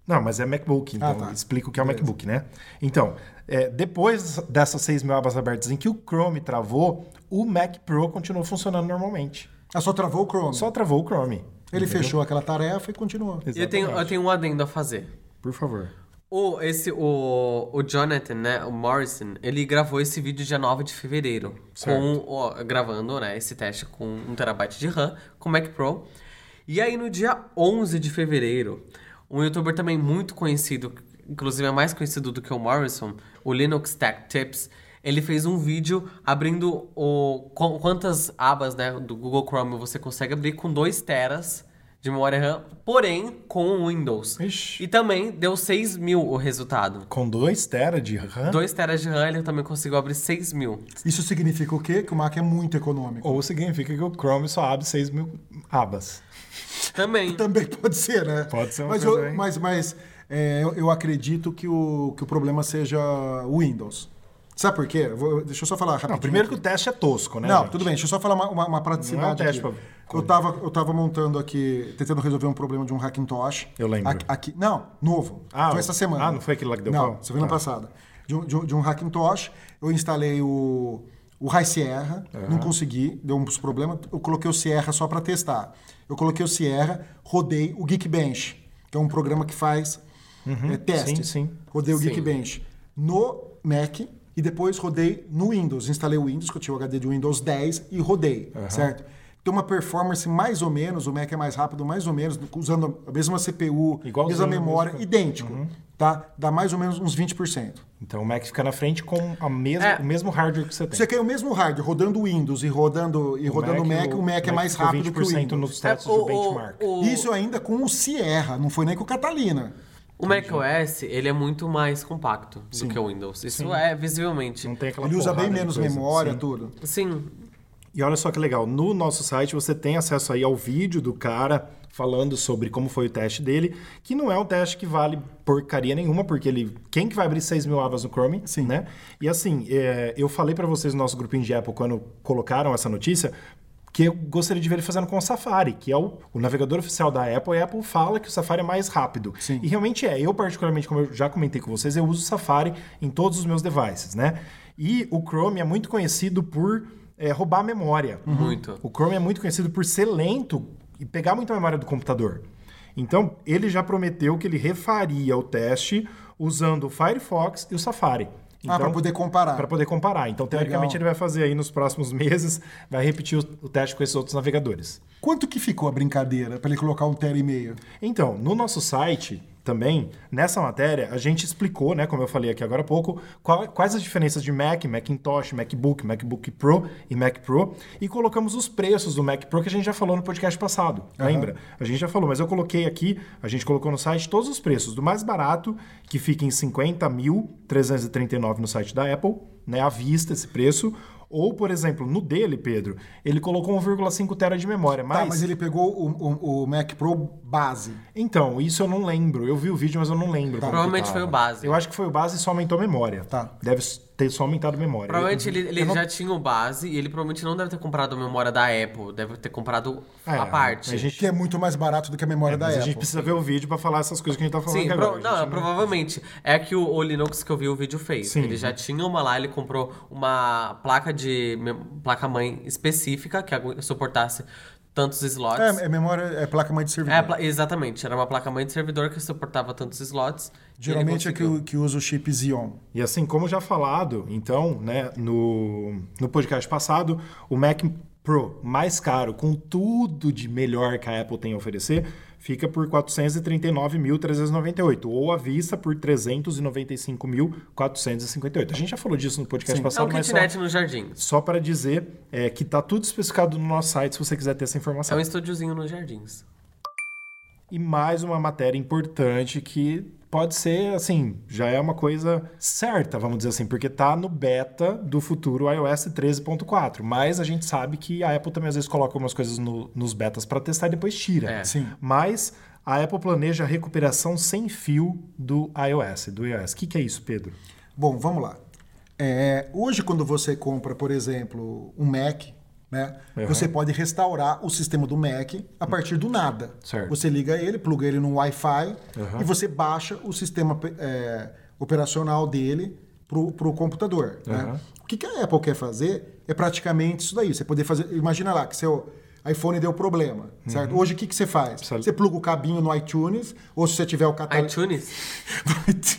A: Não, mas é MacBook, então
C: Ah, tá.
A: explica o que é o
C: Beleza.
A: MacBook, né? Então, é, depois dessas 6 mil abas abertas em que o Chrome travou, o Mac Pro continuou funcionando normalmente.
C: Ah, só travou o Chrome.
A: Só travou o Chrome.
C: Ele fechou aquela tarefa e continuou.
B: E eu tenho, eu tenho um adendo a fazer.
A: Por favor.
B: O, esse, o, o Jonathan, né, o Morrison, ele gravou esse vídeo dia 9 de fevereiro. Com, o- gravando, né, esse teste com 1 terabyte de RAM, com o Mac Pro. E aí, no dia 11 de fevereiro, um youtuber também muito conhecido, inclusive é mais conhecido do que o Morrison, o Linux Tech Tips, ele fez um vídeo abrindo o, qu- quantas abas né, do Google Chrome você consegue abrir com 2 teras de memória RAM, porém com o Windows.
A: Ixi.
B: E também deu 6 mil o resultado.
A: Com 2 tera de RAM,
B: 2 teras de RAM, ele também conseguiu abrir 6 mil.
C: Isso significa o quê? Que o Mac é muito econômico.
A: ou significa que o Chrome só abre 6 mil abas.
B: Também.
A: Então,
C: Também pode ser, né?
A: Pode ser uma
C: mas
A: coisa,
C: eu,
A: hein?
C: Mas, mas é, eu, eu acredito que o, que o problema seja o Windows. Sabe por quê? Eu vou- deixa eu só falar rapidinho.
A: Não, primeiro que o teste é tosco, né?
C: Não,
A: gente? é
C: tudo bem, deixa eu só falar uma, uma, uma praticidade.
A: teste
C: aqui.
A: pra-
C: Eu, tava, eu tava montando aqui, tentando resolver um problema de um Hackintosh.
A: Eu lembro.
C: Aqui, aqui- não, novo.
A: Ah,
C: foi essa semana.
A: ah, não foi aquele lá que deu
C: Não,
A: pau?
C: semana
A: Ah.
C: passada. De um, de, um, de um Hackintosh, eu instalei o, o High Sierra, não consegui, deu uns problemas. Eu coloquei o Sierra só para testar. Eu coloquei o Sierra, rodei o Geekbench, que é um programa que faz é, testes.
A: Uhum. sim, sim.
C: Rodei o
B: Sim.
C: Geekbench no Mac e depois rodei no Windows. Instalei o Windows, que eu tinha o HD de Windows 10 e rodei, certo? Tem uma performance mais ou menos, o Mac é mais rápido, mais ou menos, usando a mesma CPU,
A: Igualzinho, Uhum.
C: mesma memória,
A: mesmo.
C: idêntico, tá? Dá mais ou menos uns 20%.
A: Então o Mac fica na frente com a mesma,
B: É.
A: o mesmo hardware que você tem.
C: Você quer o mesmo hardware, rodando o Windows e rodando e rodando o Mac, o Mac, é mais
A: ficou
C: rápido que o
A: 20%
C: Windows.
A: nos testes
B: É,
A: de benchmark.
B: o-
C: Isso é ainda com o Sierra, não foi nem com o Catalina.
B: O macOS, ele é muito mais compacto do que o Windows. Isso é visivelmente.
A: Não tem aquela
C: Ele usa
A: porrada
C: bem
A: de
C: menos
A: coisa.
C: memória,
A: Sim.
C: tudo.
B: Sim,
A: E olha só que legal, no nosso site você tem acesso aí ao vídeo do cara falando sobre como foi o teste dele, que não é um teste que vale porcaria nenhuma, porque ele quem que vai abrir 6 mil abas no Chrome, Sim. né? E assim, é, eu falei pra vocês no nosso grupinho de Apple quando colocaram essa notícia, que eu gostaria de ver ele fazendo com o Safari, que é o, o navegador oficial da Apple, e a Apple fala que o Safari é mais rápido.
C: Sim.
A: E realmente é. Eu, particularmente, como eu já comentei com vocês, eu uso o Safari em todos os meus devices, né? E o Chrome é muito conhecido por é, roubar memória.
B: muito.
A: O Chrome é muito conhecido por ser lento e pegar muita memória do computador. Então, ele já prometeu que ele refaria o teste usando o Firefox e o Safari. Então,
C: ah, para poder comparar.
A: Pra poder comparar. Então, teoricamente,
C: Legal.
A: ele vai fazer aí nos próximos meses, vai repetir o, o teste com esses outros navegadores.
C: Quanto que ficou a brincadeira para ele colocar um tera e meio?
A: Então, no nosso site também, nessa matéria, a gente explicou, né, como eu falei aqui agora há pouco, qual- quais as diferenças de Mac, Macintosh, MacBook, MacBook Pro e Mac Pro, e colocamos os preços do Mac Pro que a gente já falou no podcast passado, lembra? A gente já falou, mas eu coloquei aqui, a gente colocou no site todos os preços, do mais barato, que fica em 50.339 no site da Apple, né, à vista esse preço, ou, por exemplo, no dele, Pedro, ele colocou 1,5 tera de memória, mas...
C: Tá, mas ele pegou o, o- o Mac Pro base.
A: Então, isso eu não lembro. Eu vi o vídeo, mas eu não lembro. como
B: Provavelmente
A: que
B: foi
A: tava.
B: o base.
A: Eu acho que foi o base e só aumentou a memória.
C: Tá.
A: Deve ter só aumentado a memória.
B: Provavelmente ele, ele
A: eu não-
B: já tinha o base e ele provavelmente não deve ter comprado a memória da Apple, deve ter comprado
A: É,
B: a parte.
A: A gente,
C: Que é muito mais barato do que a memória
B: É
C: da
A: mas a
C: Apple.
A: gente precisa ver o vídeo pra falar essas coisas que a gente tá falando
B: Sim,
A: aqui
B: pro-
A: agora. A
B: não,
A: gente
B: provavelmente. É que o, o Linux que eu vi o vídeo fez.
A: Sim.
B: Ele já tinha uma lá, ele comprou uma placa de mem- placa-mãe específica que agu- suportasse tantos slots.
C: É, é memória, é placa mãe de servidor.
B: É, pla- exatamente, era uma placa-mãe de servidor que suportava tantos slots. e
C: Geralmente é
B: ele
C: que,
B: conseguiu.
C: o- que usa o chip Xeon.
A: E assim, como já falado, então, né, no, no podcast passado, o Mac Pro mais caro, com tudo de melhor que a Apple tem a oferecer, fica por 439.398, ou à vista por 395.458. A gente já falou disso no podcast
B: É
A: passado,
B: um
A: mas só,
B: kitnet no jardim.
A: só para dizer é, que tá tudo especificado no nosso site, se você quiser ter essa
B: É
A: informação.
B: um estúdiozinho nos jardins.
A: E mais uma matéria importante que pode ser, assim, já é uma coisa certa, vamos dizer assim, porque tá no beta do futuro iOS 13.4. Mas a gente sabe que a Apple também às vezes coloca algumas coisas no- nos betas para testar e depois tira.
B: É.
C: Sim.
A: Mas a Apple planeja a recuperação sem fio do iOS, do iOS. O que, que é isso, Pedro?
C: Bom, vamos lá. É, hoje, quando você compra, por exemplo, um Mac, Né? Você pode restaurar o sistema do Mac a partir do nada.
A: Certo.
C: Você liga ele, pluga ele no Wi-Fi
A: Uhum.
C: e você baixa o sistema é, operacional dele para o computador. né?
A: Uhum.
C: O que que a Apple quer fazer é praticamente isso daí. Você poder fazer. Imagina lá que seu iPhone deu problema. Certo? Hoje o que, que você faz?
A: Uhum. Precisa-
C: Você pluga o cabinho no iTunes, ou se você tiver o catálogo.
B: iTunes?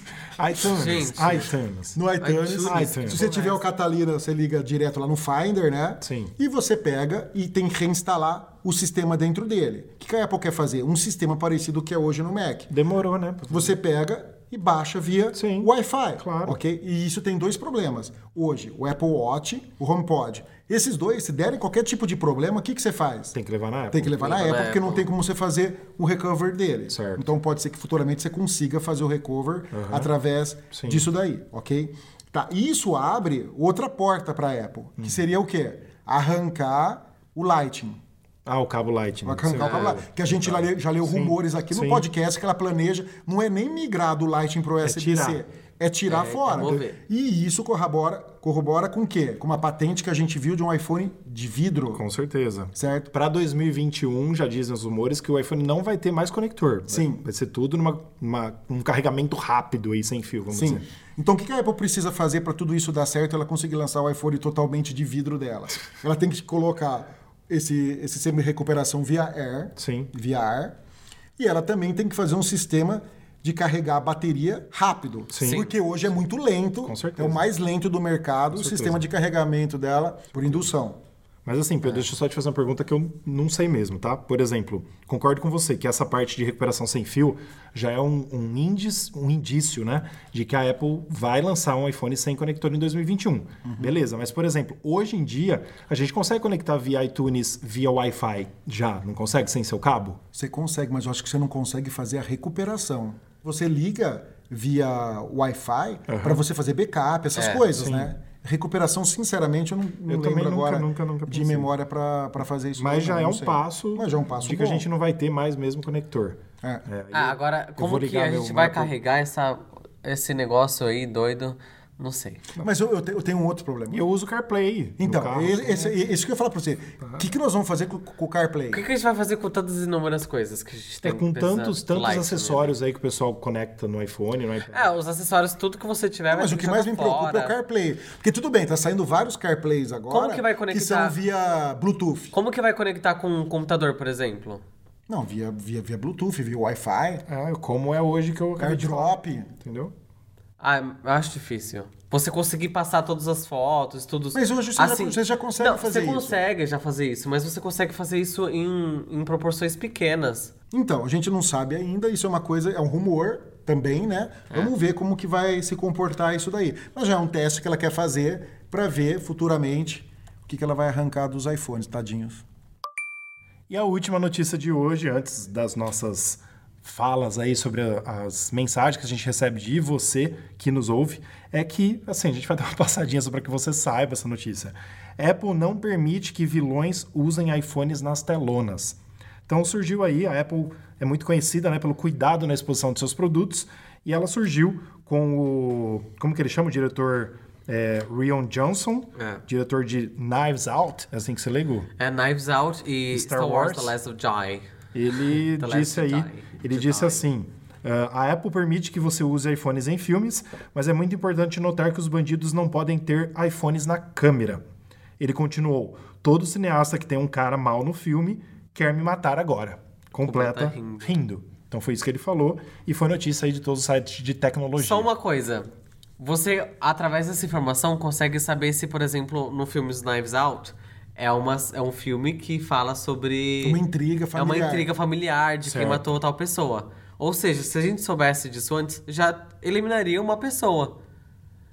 A: iTunes.
B: Gente.
A: iTunes.
C: No iTunes. Ah,
A: iTunes.
C: Se você tiver o Catalina, você liga direto lá no Finder, né?
A: Sim.
C: E você pega e tem que reinstalar o sistema dentro dele. O que que a Apple quer fazer? Um sistema parecido que é hoje no Mac.
A: Demorou, né?
C: Você pega e baixa via
A: Sim,
C: Wi-Fi.
A: claro.
C: Ok? E isso tem dois problemas. Hoje, o Apple Watch, o HomePod. Esses dois, se derem qualquer tipo de problema, o que, que você faz?
A: Tem que levar na Apple.
C: Tem que levar na
B: Leva na
C: Apple, porque não
B: Apple.
C: tem como você fazer o recover dele.
A: é Certo.
C: Então pode ser que futuramente você consiga fazer o recover através
A: Sim.
C: disso daí, ok? Tá, e isso abre outra porta para a Apple,
A: Hum.
C: que seria o quê? Arrancar o Lightning.
A: Ah, o cabo Lightning.
C: Arrancar o
A: Sim.
C: cabo lá, que a gente já leu, já leu rumores aqui no
A: Sim.
C: podcast que ela planeja, não é nem migrar do Lightning para o USB-C,
A: tirar.
C: é tirar
B: É,
C: fora.
B: remover.
C: E isso corrobora, corrobora com o quê? Com uma patente que a gente viu de um iPhone de vidro,
A: Com certeza.
C: certo?
A: Para 2021, já dizem os rumores que o iPhone não vai ter mais conector. Vai-
C: Sim.
A: Vai, ser tudo numa, numa- um carregamento rápido aí, sem fio, vamos
C: Sim.
A: dizer.
C: Então, o que que a Apple precisa fazer para tudo isso dar certo? Ela conseguir lançar o iPhone totalmente de vidro dela. Ela tem que colocar esse, esse sistema de recuperação via Air,
A: Sim.
C: via ar, e ela também tem que fazer um sistema de carregar a bateria rápido,
A: Sim.
C: porque hoje é muito lento,
A: Com certeza.
C: é o mais lento do mercado, o
A: certeza.
C: sistema de carregamento dela por indução.
A: Mas assim, Pedro, deixa eu só te fazer uma pergunta que eu não sei mesmo, tá? Por exemplo, concordo com você que essa parte de recuperação sem fio já é um, um, índice, um indício, né? De que a Apple vai lançar um iPhone sem conector em 2021. Beleza, mas por exemplo, hoje em dia a gente consegue conectar via iTunes, via Wi-Fi já, não consegue sem seu cabo?
C: Você consegue, mas eu acho que você não consegue fazer a recuperação. Você liga via Wi-Fi para você fazer backup, essas
B: É,
C: coisas, né? Recuperação, sinceramente, eu não, não
A: Eu também
C: lembro
A: nunca,
C: agora
A: nunca, nunca
C: de
A: pensei.
C: memória para fazer isso.
A: Mas
C: não,
A: já é
C: não
A: um
C: sei.
A: passo.
C: Mas já é um passo
A: de que
C: bom.
A: a gente não vai ter mais mesmo conector.
C: É.
B: Ah,
A: eu-
B: agora,
A: eu
B: como
A: vou
B: que
A: ligar
B: a
A: meu
B: gente vai
A: Apple-
B: carregar essa, esse negócio aí doido? Não sei.
C: Mas eu, eu te- eu tenho um outro problema.
A: E tá. eu uso o CarPlay. no
C: Então,
A: carro. Tá.
C: e- esse, e- isso que eu ia falar para você. O que, que nós vamos fazer com, com o CarPlay?
B: O que, que a gente vai fazer com tantas inúmeras coisas que a gente
A: É
B: tem?
A: com
B: precisando?
A: tantos, tantos
B: Lights, né?
A: acessórios aí que o pessoal conecta no iPhone, no iPad.
B: É, os acessórios, tudo que você tiver. vai
C: Mas
B: ter
C: o que mais me
B: jogar
C: preocupa é o
B: fora.
C: CarPlay. Porque tudo bem, tá saindo vários CarPlays agora.
B: Como que vai conectar?
C: são via Bluetooth.
B: Como que vai conectar com um computador, por exemplo?
C: Não, via, via, via Bluetooth, via Wi-Fi,
A: Ah, como é hoje que eu acabei de falar,
C: airdrop.
A: entendeu?
B: Ah, eu acho difícil. Você conseguir passar todas as fotos, tudo. Assim,
C: Mas hoje você já- você já consegue
B: não,
C: fazer
B: você
C: isso.
B: consegue já fazer isso, mas você consegue fazer isso em, em proporções pequenas.
C: Então, a gente não sabe ainda, isso é uma coisa, é um rumor também, né?
B: É.
C: Vamos ver como que vai se comportar isso daí. Mas já é um teste que ela quer fazer para ver futuramente o que, que ela vai arrancar dos iPhones, tadinhos.
A: E a última notícia de hoje, antes das nossas falas aí sobre a- as mensagens que a gente recebe de você que nos ouve, é que, assim, a gente vai dar uma passadinha só para que você saiba essa notícia. Apple não permite que vilões usem iPhones nas telonas. Então surgiu aí, a Apple é muito conhecida né, pelo cuidado na exposição de seus produtos, e ela surgiu com o. Como que ele chama? O diretor é, Rion Johnson,
B: É.
A: diretor de Knives Out, é assim que você legou?
B: É Knives Out e Star,
A: Star
B: Wars,
A: Wars.
B: The Last of Jedi.
A: Ele
B: The Last
A: disse aí,
B: Jedi.
A: ele
B: Jedi.
A: disse assim. "Ah, a Apple permite que você use iPhones em filmes, mas é muito importante notar que os bandidos não podem ter iPhones na câmera. Ele continuou: todo cineasta que tem um cara mal no filme quer me matar agora. Completa
B: Completa rindo.
A: rindo. Então foi isso que ele falou e foi notícia aí de todos os sites de tecnologia.
B: Só uma coisa. Você, através dessa informação, consegue saber se, por exemplo, no filme Knives Out, é, uma, é um filme que fala sobre.
C: Uma intriga familiar.
B: É uma intriga familiar de
A: Certo.
B: quem matou tal pessoa. Ou seja, se a gente soubesse disso antes, já eliminaria uma pessoa.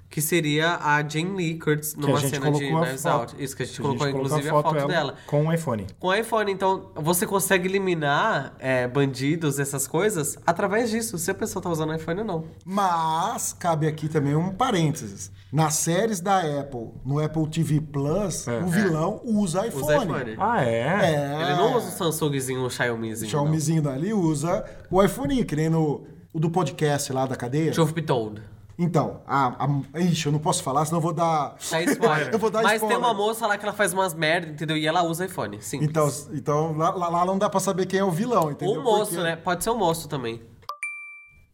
B: Que seria a Jane Lee Curtis
A: que a
B: numa
A: gente
B: cena de
A: colocou a
B: Knives
A: foto.
B: Out. Isso que a gente
A: A
B: colocou,
A: gente
B: inclusive,
A: colocou
B: a foto,
A: ela
B: dela.
A: Com o iPhone.
B: Com o iPhone, então, você consegue eliminar é, bandidos, essas coisas, através disso, se a pessoa tá usando o iPhone ou não.
C: Mas cabe aqui também um parênteses. Nas séries da Apple, no Apple TV Plus, o vilão usa iPhone.
B: É. Usa iPhone.
A: Ah, é?
C: É.
B: Ele não usa o Samsungzinho, o Xiaomizinho.
C: O Xiaomizinho dali usa o iPhone, que nem no, o do podcast lá da cadeia.
B: Não. Truth be told.
C: Então, a, a- Ixi, eu não posso falar, senão eu vou dar.
B: Dá spoiler.
C: eu vou dar
B: Tá Mas
C: spoiler.
B: tem uma moça lá que ela faz umas merda, entendeu? E ela usa iPhone, sim.
C: Então, então lá, lá- lá não dá pra saber quem é o vilão, entendeu?
B: Ou moço,
C: Porque-
B: né? Pode ser um moço também.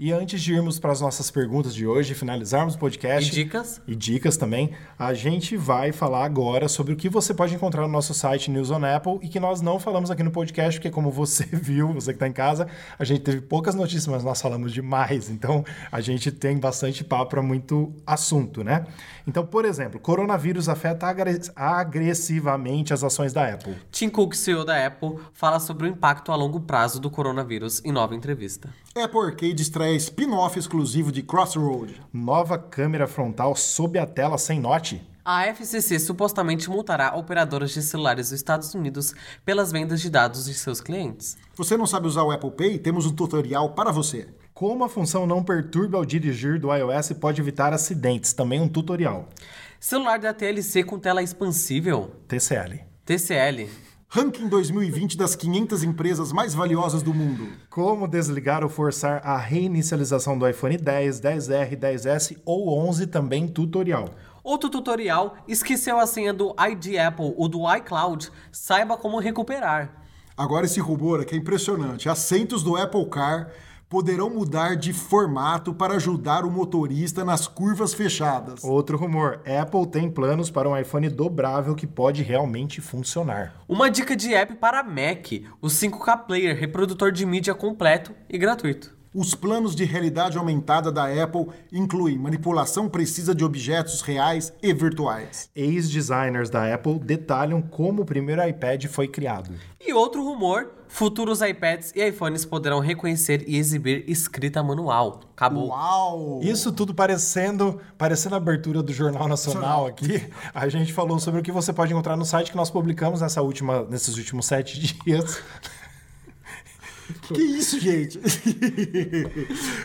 A: E antes de irmos para as nossas perguntas de hoje, finalizarmos o
B: E
A: podcast
B: dicas?
A: e dicas também, a gente vai falar agora sobre o que você pode encontrar no nosso site News on Apple e que nós não falamos aqui no podcast, porque como você viu, você que está em casa, a gente teve poucas notícias, mas nós falamos demais. Então, a gente tem bastante papo para muito assunto, né? Então, por exemplo, coronavírus afeta agre- agressivamente as ações da Apple.
B: Tim Cook, CEO da Apple, fala sobre o impacto a longo prazo do coronavírus em nova entrevista.
C: Apple Arcade estreia é spin-off exclusivo de Crossroad.
A: Nova câmera frontal sob a tela sem note.
B: A FCC supostamente multará operadoras de celulares dos Estados Unidos pelas vendas de dados de seus clientes.
C: Você não sabe usar o Apple Pay? Temos um tutorial para você.
A: Como a função não perturba ao dirigir do iOS pode evitar acidentes. Também um tutorial.
B: Celular da TLC com tela expansível?
A: TCL.
B: TCL.
C: Ranking 2020 das 500 empresas mais valiosas do mundo.
A: Como desligar ou forçar a reinicialização do iPhone 10, 10R, 10S ou 11 também tutorial.
B: Outro tutorial, esqueceu a senha do ID Apple ou do iCloud? Saiba como recuperar.
C: Agora esse rumor aqui é impressionante. Assentos do Apple Car poderão mudar de formato para ajudar o motorista nas curvas fechadas.
A: Outro rumor, Apple tem planos para um iPhone dobrável que pode realmente funcionar.
B: Uma dica de app para Mac, o 5K Player, reprodutor de mídia completo e gratuito.
C: Os planos de realidade aumentada da Apple incluem manipulação precisa de objetos reais e virtuais.
A: Ex-designers da Apple detalham como o primeiro iPad foi criado.
B: E outro rumor, futuros iPads e iPhones poderão reconhecer e exibir escrita manual. Acabou.
C: Uau!
A: Isso tudo parecendo, parecendo a abertura do Jornal Nacional aqui. A gente falou sobre o que você pode encontrar no site que nós publicamos nessa última, nesses últimos sete dias.
C: Que isso, gente?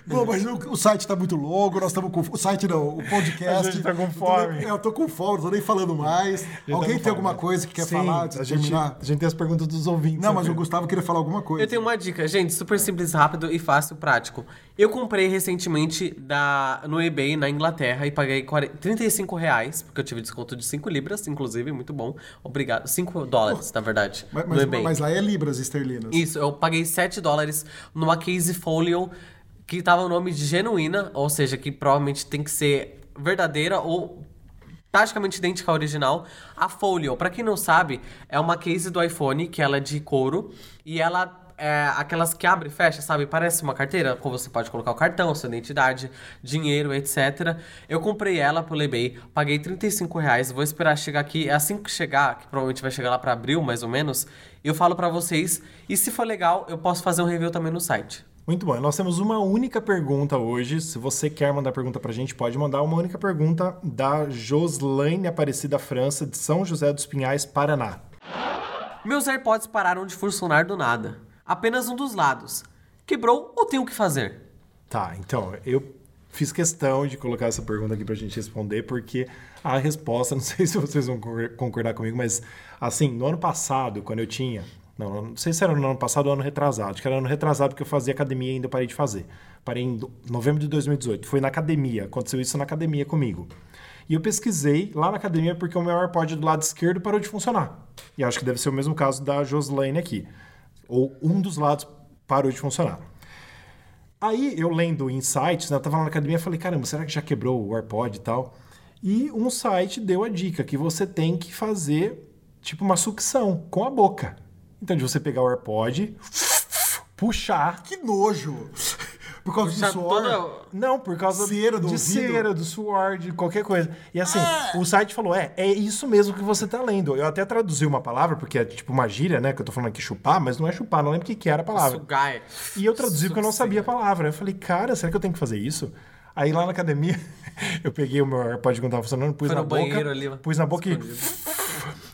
C: Bom, mas o, o site tá muito longo, nós estamos com. O site não, o podcast.
A: A gente tá com
C: Eu tô
A: fome. tá
C: nem- é, eu tô com fome, não tô nem falando mais. Alguém tem alguma coisa que quer
A: né? Sim,
C: falar antes
A: a
C: de
A: gente,
C: terminar?
A: a gente tem as perguntas dos ouvintes.
C: Não, mas o
A: eu
C: Gustavo queria falar alguma coisa.
B: Eu tenho uma dica, gente, super simples, rápido e fácil, prático. Eu comprei recentemente da, no eBay, na Inglaterra, e paguei 40, 35 reais, porque eu tive desconto de 5 libras, inclusive, muito bom. Obrigado. 5 dólares, na verdade,
C: Mas,
B: no
C: mas-
B: eBay.
C: mas lá é Libras esterlinas.
B: Isso, eu paguei 7 dólares numa case folio que tava o nome de genuína, ou seja, que provavelmente tem que ser verdadeira ou praticamente idêntica à original. A folio, pra quem não sabe, é uma case do iPhone que ela é de couro e ela é aquelas que abre e fecha, sabe? Parece uma carteira, como você pode colocar o cartão, sua identidade, dinheiro, etc. Eu comprei ela pelo eBay, paguei 35 reais, vou esperar chegar aqui. Assim que chegar, que provavelmente vai chegar lá pra abril, mais ou menos, eu falo pra vocês. E se for legal, eu posso fazer um review também no site.
A: Muito bom. Nós temos uma única pergunta hoje. Se você quer mandar pergunta pra gente, pode mandar uma única pergunta da Joslaine Aparecida França, de São José dos Pinhais, Paraná.
B: Meus AirPods pararam de funcionar do nada. Apenas um dos lados. Quebrou ou tem o que fazer?
A: Tá, então, eu fiz questão de colocar essa pergunta aqui pra gente responder, porque a resposta, não sei se vocês vão concor- concordar comigo, mas assim, no ano passado, quando eu tinha. Não, não sei se era no ano passado ou ano retrasado. Acho que era ano retrasado porque eu fazia academia e ainda parei de fazer. Parei em do- novembro de 2018. Foi na academia. Aconteceu isso na academia comigo. E eu pesquisei lá na academia porque o meu AirPod do lado esquerdo parou de funcionar. E acho que deve ser o mesmo caso da Joslaine aqui. Ou um dos lados parou de funcionar. Aí eu lendo em sites, né, eu tava lá na academia e falei, caramba, será que já quebrou o AirPod e tal? E um site deu a dica que você tem que fazer tipo uma sucção com a boca. Então, de você pegar o AirPod, puxar.
C: Que nojo! Por causa de
B: Tá
C: suor.
B: toda-
A: Não, por causa
C: Cera do
A: de
C: ouvido. Ah!
A: cera, do suor, de qualquer coisa. E assim, o site falou: é, é isso mesmo que você tá lendo. Eu até traduzi uma palavra, porque é tipo uma gíria, né? Que eu tô falando aqui chupar, mas não é chupar, não lembro o que, que era a palavra.
B: Sugai.
A: E eu traduzi porque eu não sabia a palavra. Eu falei, cara, será que eu tenho que fazer isso? Aí lá na academia, eu peguei o meu AirPod quando tava funcionando, pus
B: Foi
A: na
B: no
A: boca,
B: banheiro ali, ó.
A: pus na boca e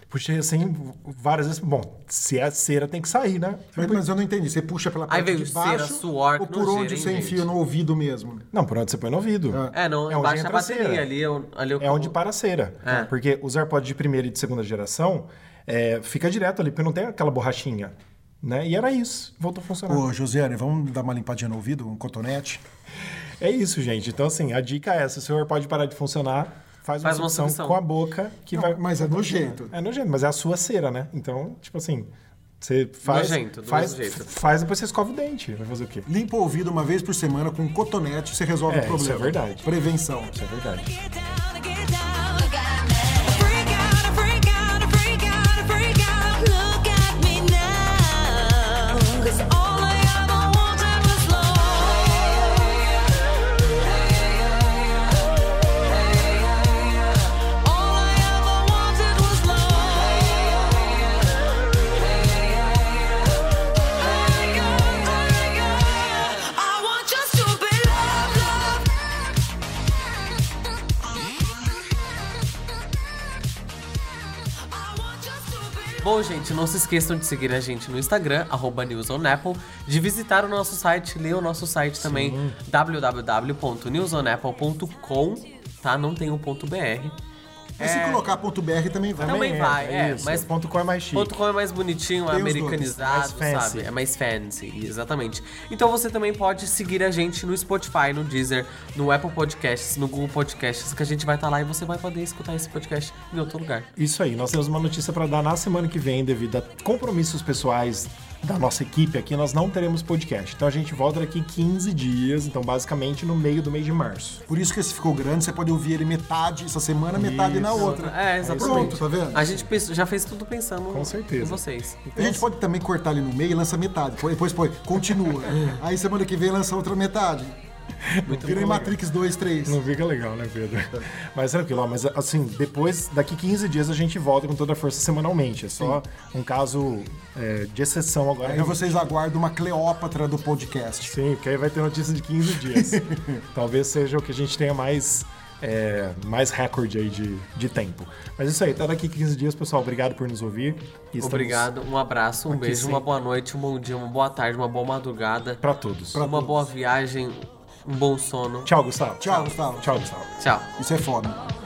A: puxei assim várias vezes. Bom, se é cera, tem que sair, né?
C: Mas, mas eu não entendi. Você puxa pela
B: Aí
C: parte
B: veio
C: de
B: cera,
C: baixo
B: suor,
C: ou
B: que
C: por
B: nojeira,
C: onde
B: hein,
C: você
B: gente?
C: enfia no ouvido mesmo? né?
A: Não, por onde você põe no ouvido.
B: É, não,
A: onde
B: embaixo é a
A: entra a
B: bateria
A: cera.
B: ali. É, o- ali
A: É onde para a cera.
B: É.
A: Porque os AirPods de primeira e de segunda geração é, fica direto ali, porque não tem aquela borrachinha. Né? E era isso. Voltou a funcionar.
C: Ô, Josiane, vamos dar uma limpadinha no ouvido, um cotonete?
A: É isso, gente. Então, assim, a dica é essa. Se o senhor pode parar de funcionar, faz,
B: Faz
A: uma
B: uma
A: sucção
B: sucção.
A: com a boca que vai...
C: Mas é nojento.
A: É nojento, mas é a sua cera, né? Então, tipo assim, você faz...
B: Nojento, do
A: faz,
B: mesmo jeito.
A: Faz, depois você escova o dente. Vai fazer o quê?
C: Limpa o ouvido uma vez por semana com um cotonete, você resolve
A: É,
C: o problema.
A: isso é verdade.
C: Prevenção.
A: Isso é verdade.
D: Get down, get down. Freak out, freak out, freak out, freak out. Look at me now. 'Cause all I ever wanted was love. All I ever wanted was love. I want just to be loved, loved. I want just to be loved.
B: Bom, gente, não se esqueçam de seguir a gente no Instagram, arroba newsonapple, de visitar o nosso site, ler o nosso site também, www.newsonapple.com, tá? Não tem o ponto .br.
C: Mas se colocar ponto .br também vai.
B: É. Também vai, é,
A: isso.
B: mas-
A: Ponto com é mais chique.
B: Ponto .com é mais bonitinho, é
C: Tem os
B: americanizado,
A: dois, mais fancy.
B: sabe? É mais fancy, exatamente. Então você também pode seguir a gente no Spotify, no Deezer, no Apple Podcasts, no Google Podcasts, que a gente vai estar lá e você vai poder escutar esse podcast em outro lugar.
A: Isso aí, nós temos uma notícia para dar na semana que vem, devido a compromissos pessoais da nossa equipe aqui, nós não teremos podcast. Então a gente volta daqui 15 dias, então basicamente no meio do mês de março.
C: Por isso que esse ficou grande, você pode ouvir ele metade essa semana, metade na outra.
B: É, exatamente.
C: Pronto, tá vendo?
B: A gente pensou- já fez tudo pensando
A: Com certeza.
B: em vocês.
C: A gente pode também cortar ele no meio e lança metade. Pô, Depois põe, continua.
A: É.
C: Aí semana que vem lança outra metade. Muito Virei Matrix 2, 3.
A: Não fica legal, né, Pedro? Mas tranquilo, ó, mas assim, depois, daqui 15 dias a gente volta com toda a força semanalmente. É só um caso é, de exceção agora.
C: Aí
A: realmente.
C: vocês aguardam uma Cleópatra do podcast.
A: Sim, porque aí vai ter notícia de 15 dias. Talvez seja o que a gente tenha mais, é, mais recorde aí de, de tempo. Mas isso aí, tá daqui 15 dias, pessoal. Obrigado por nos ouvir. E estamos
B: Obrigado, um abraço, um beijo, uma boa noite, um bom dia, uma boa tarde, uma boa madrugada,
A: Pra todos.
B: uma boa viagem, um bom sono.
A: Tchau, Gustavo.
C: Tchau, Gustavo.
A: Tchau, Gustavo.
B: Tchau.
C: Isso é foda.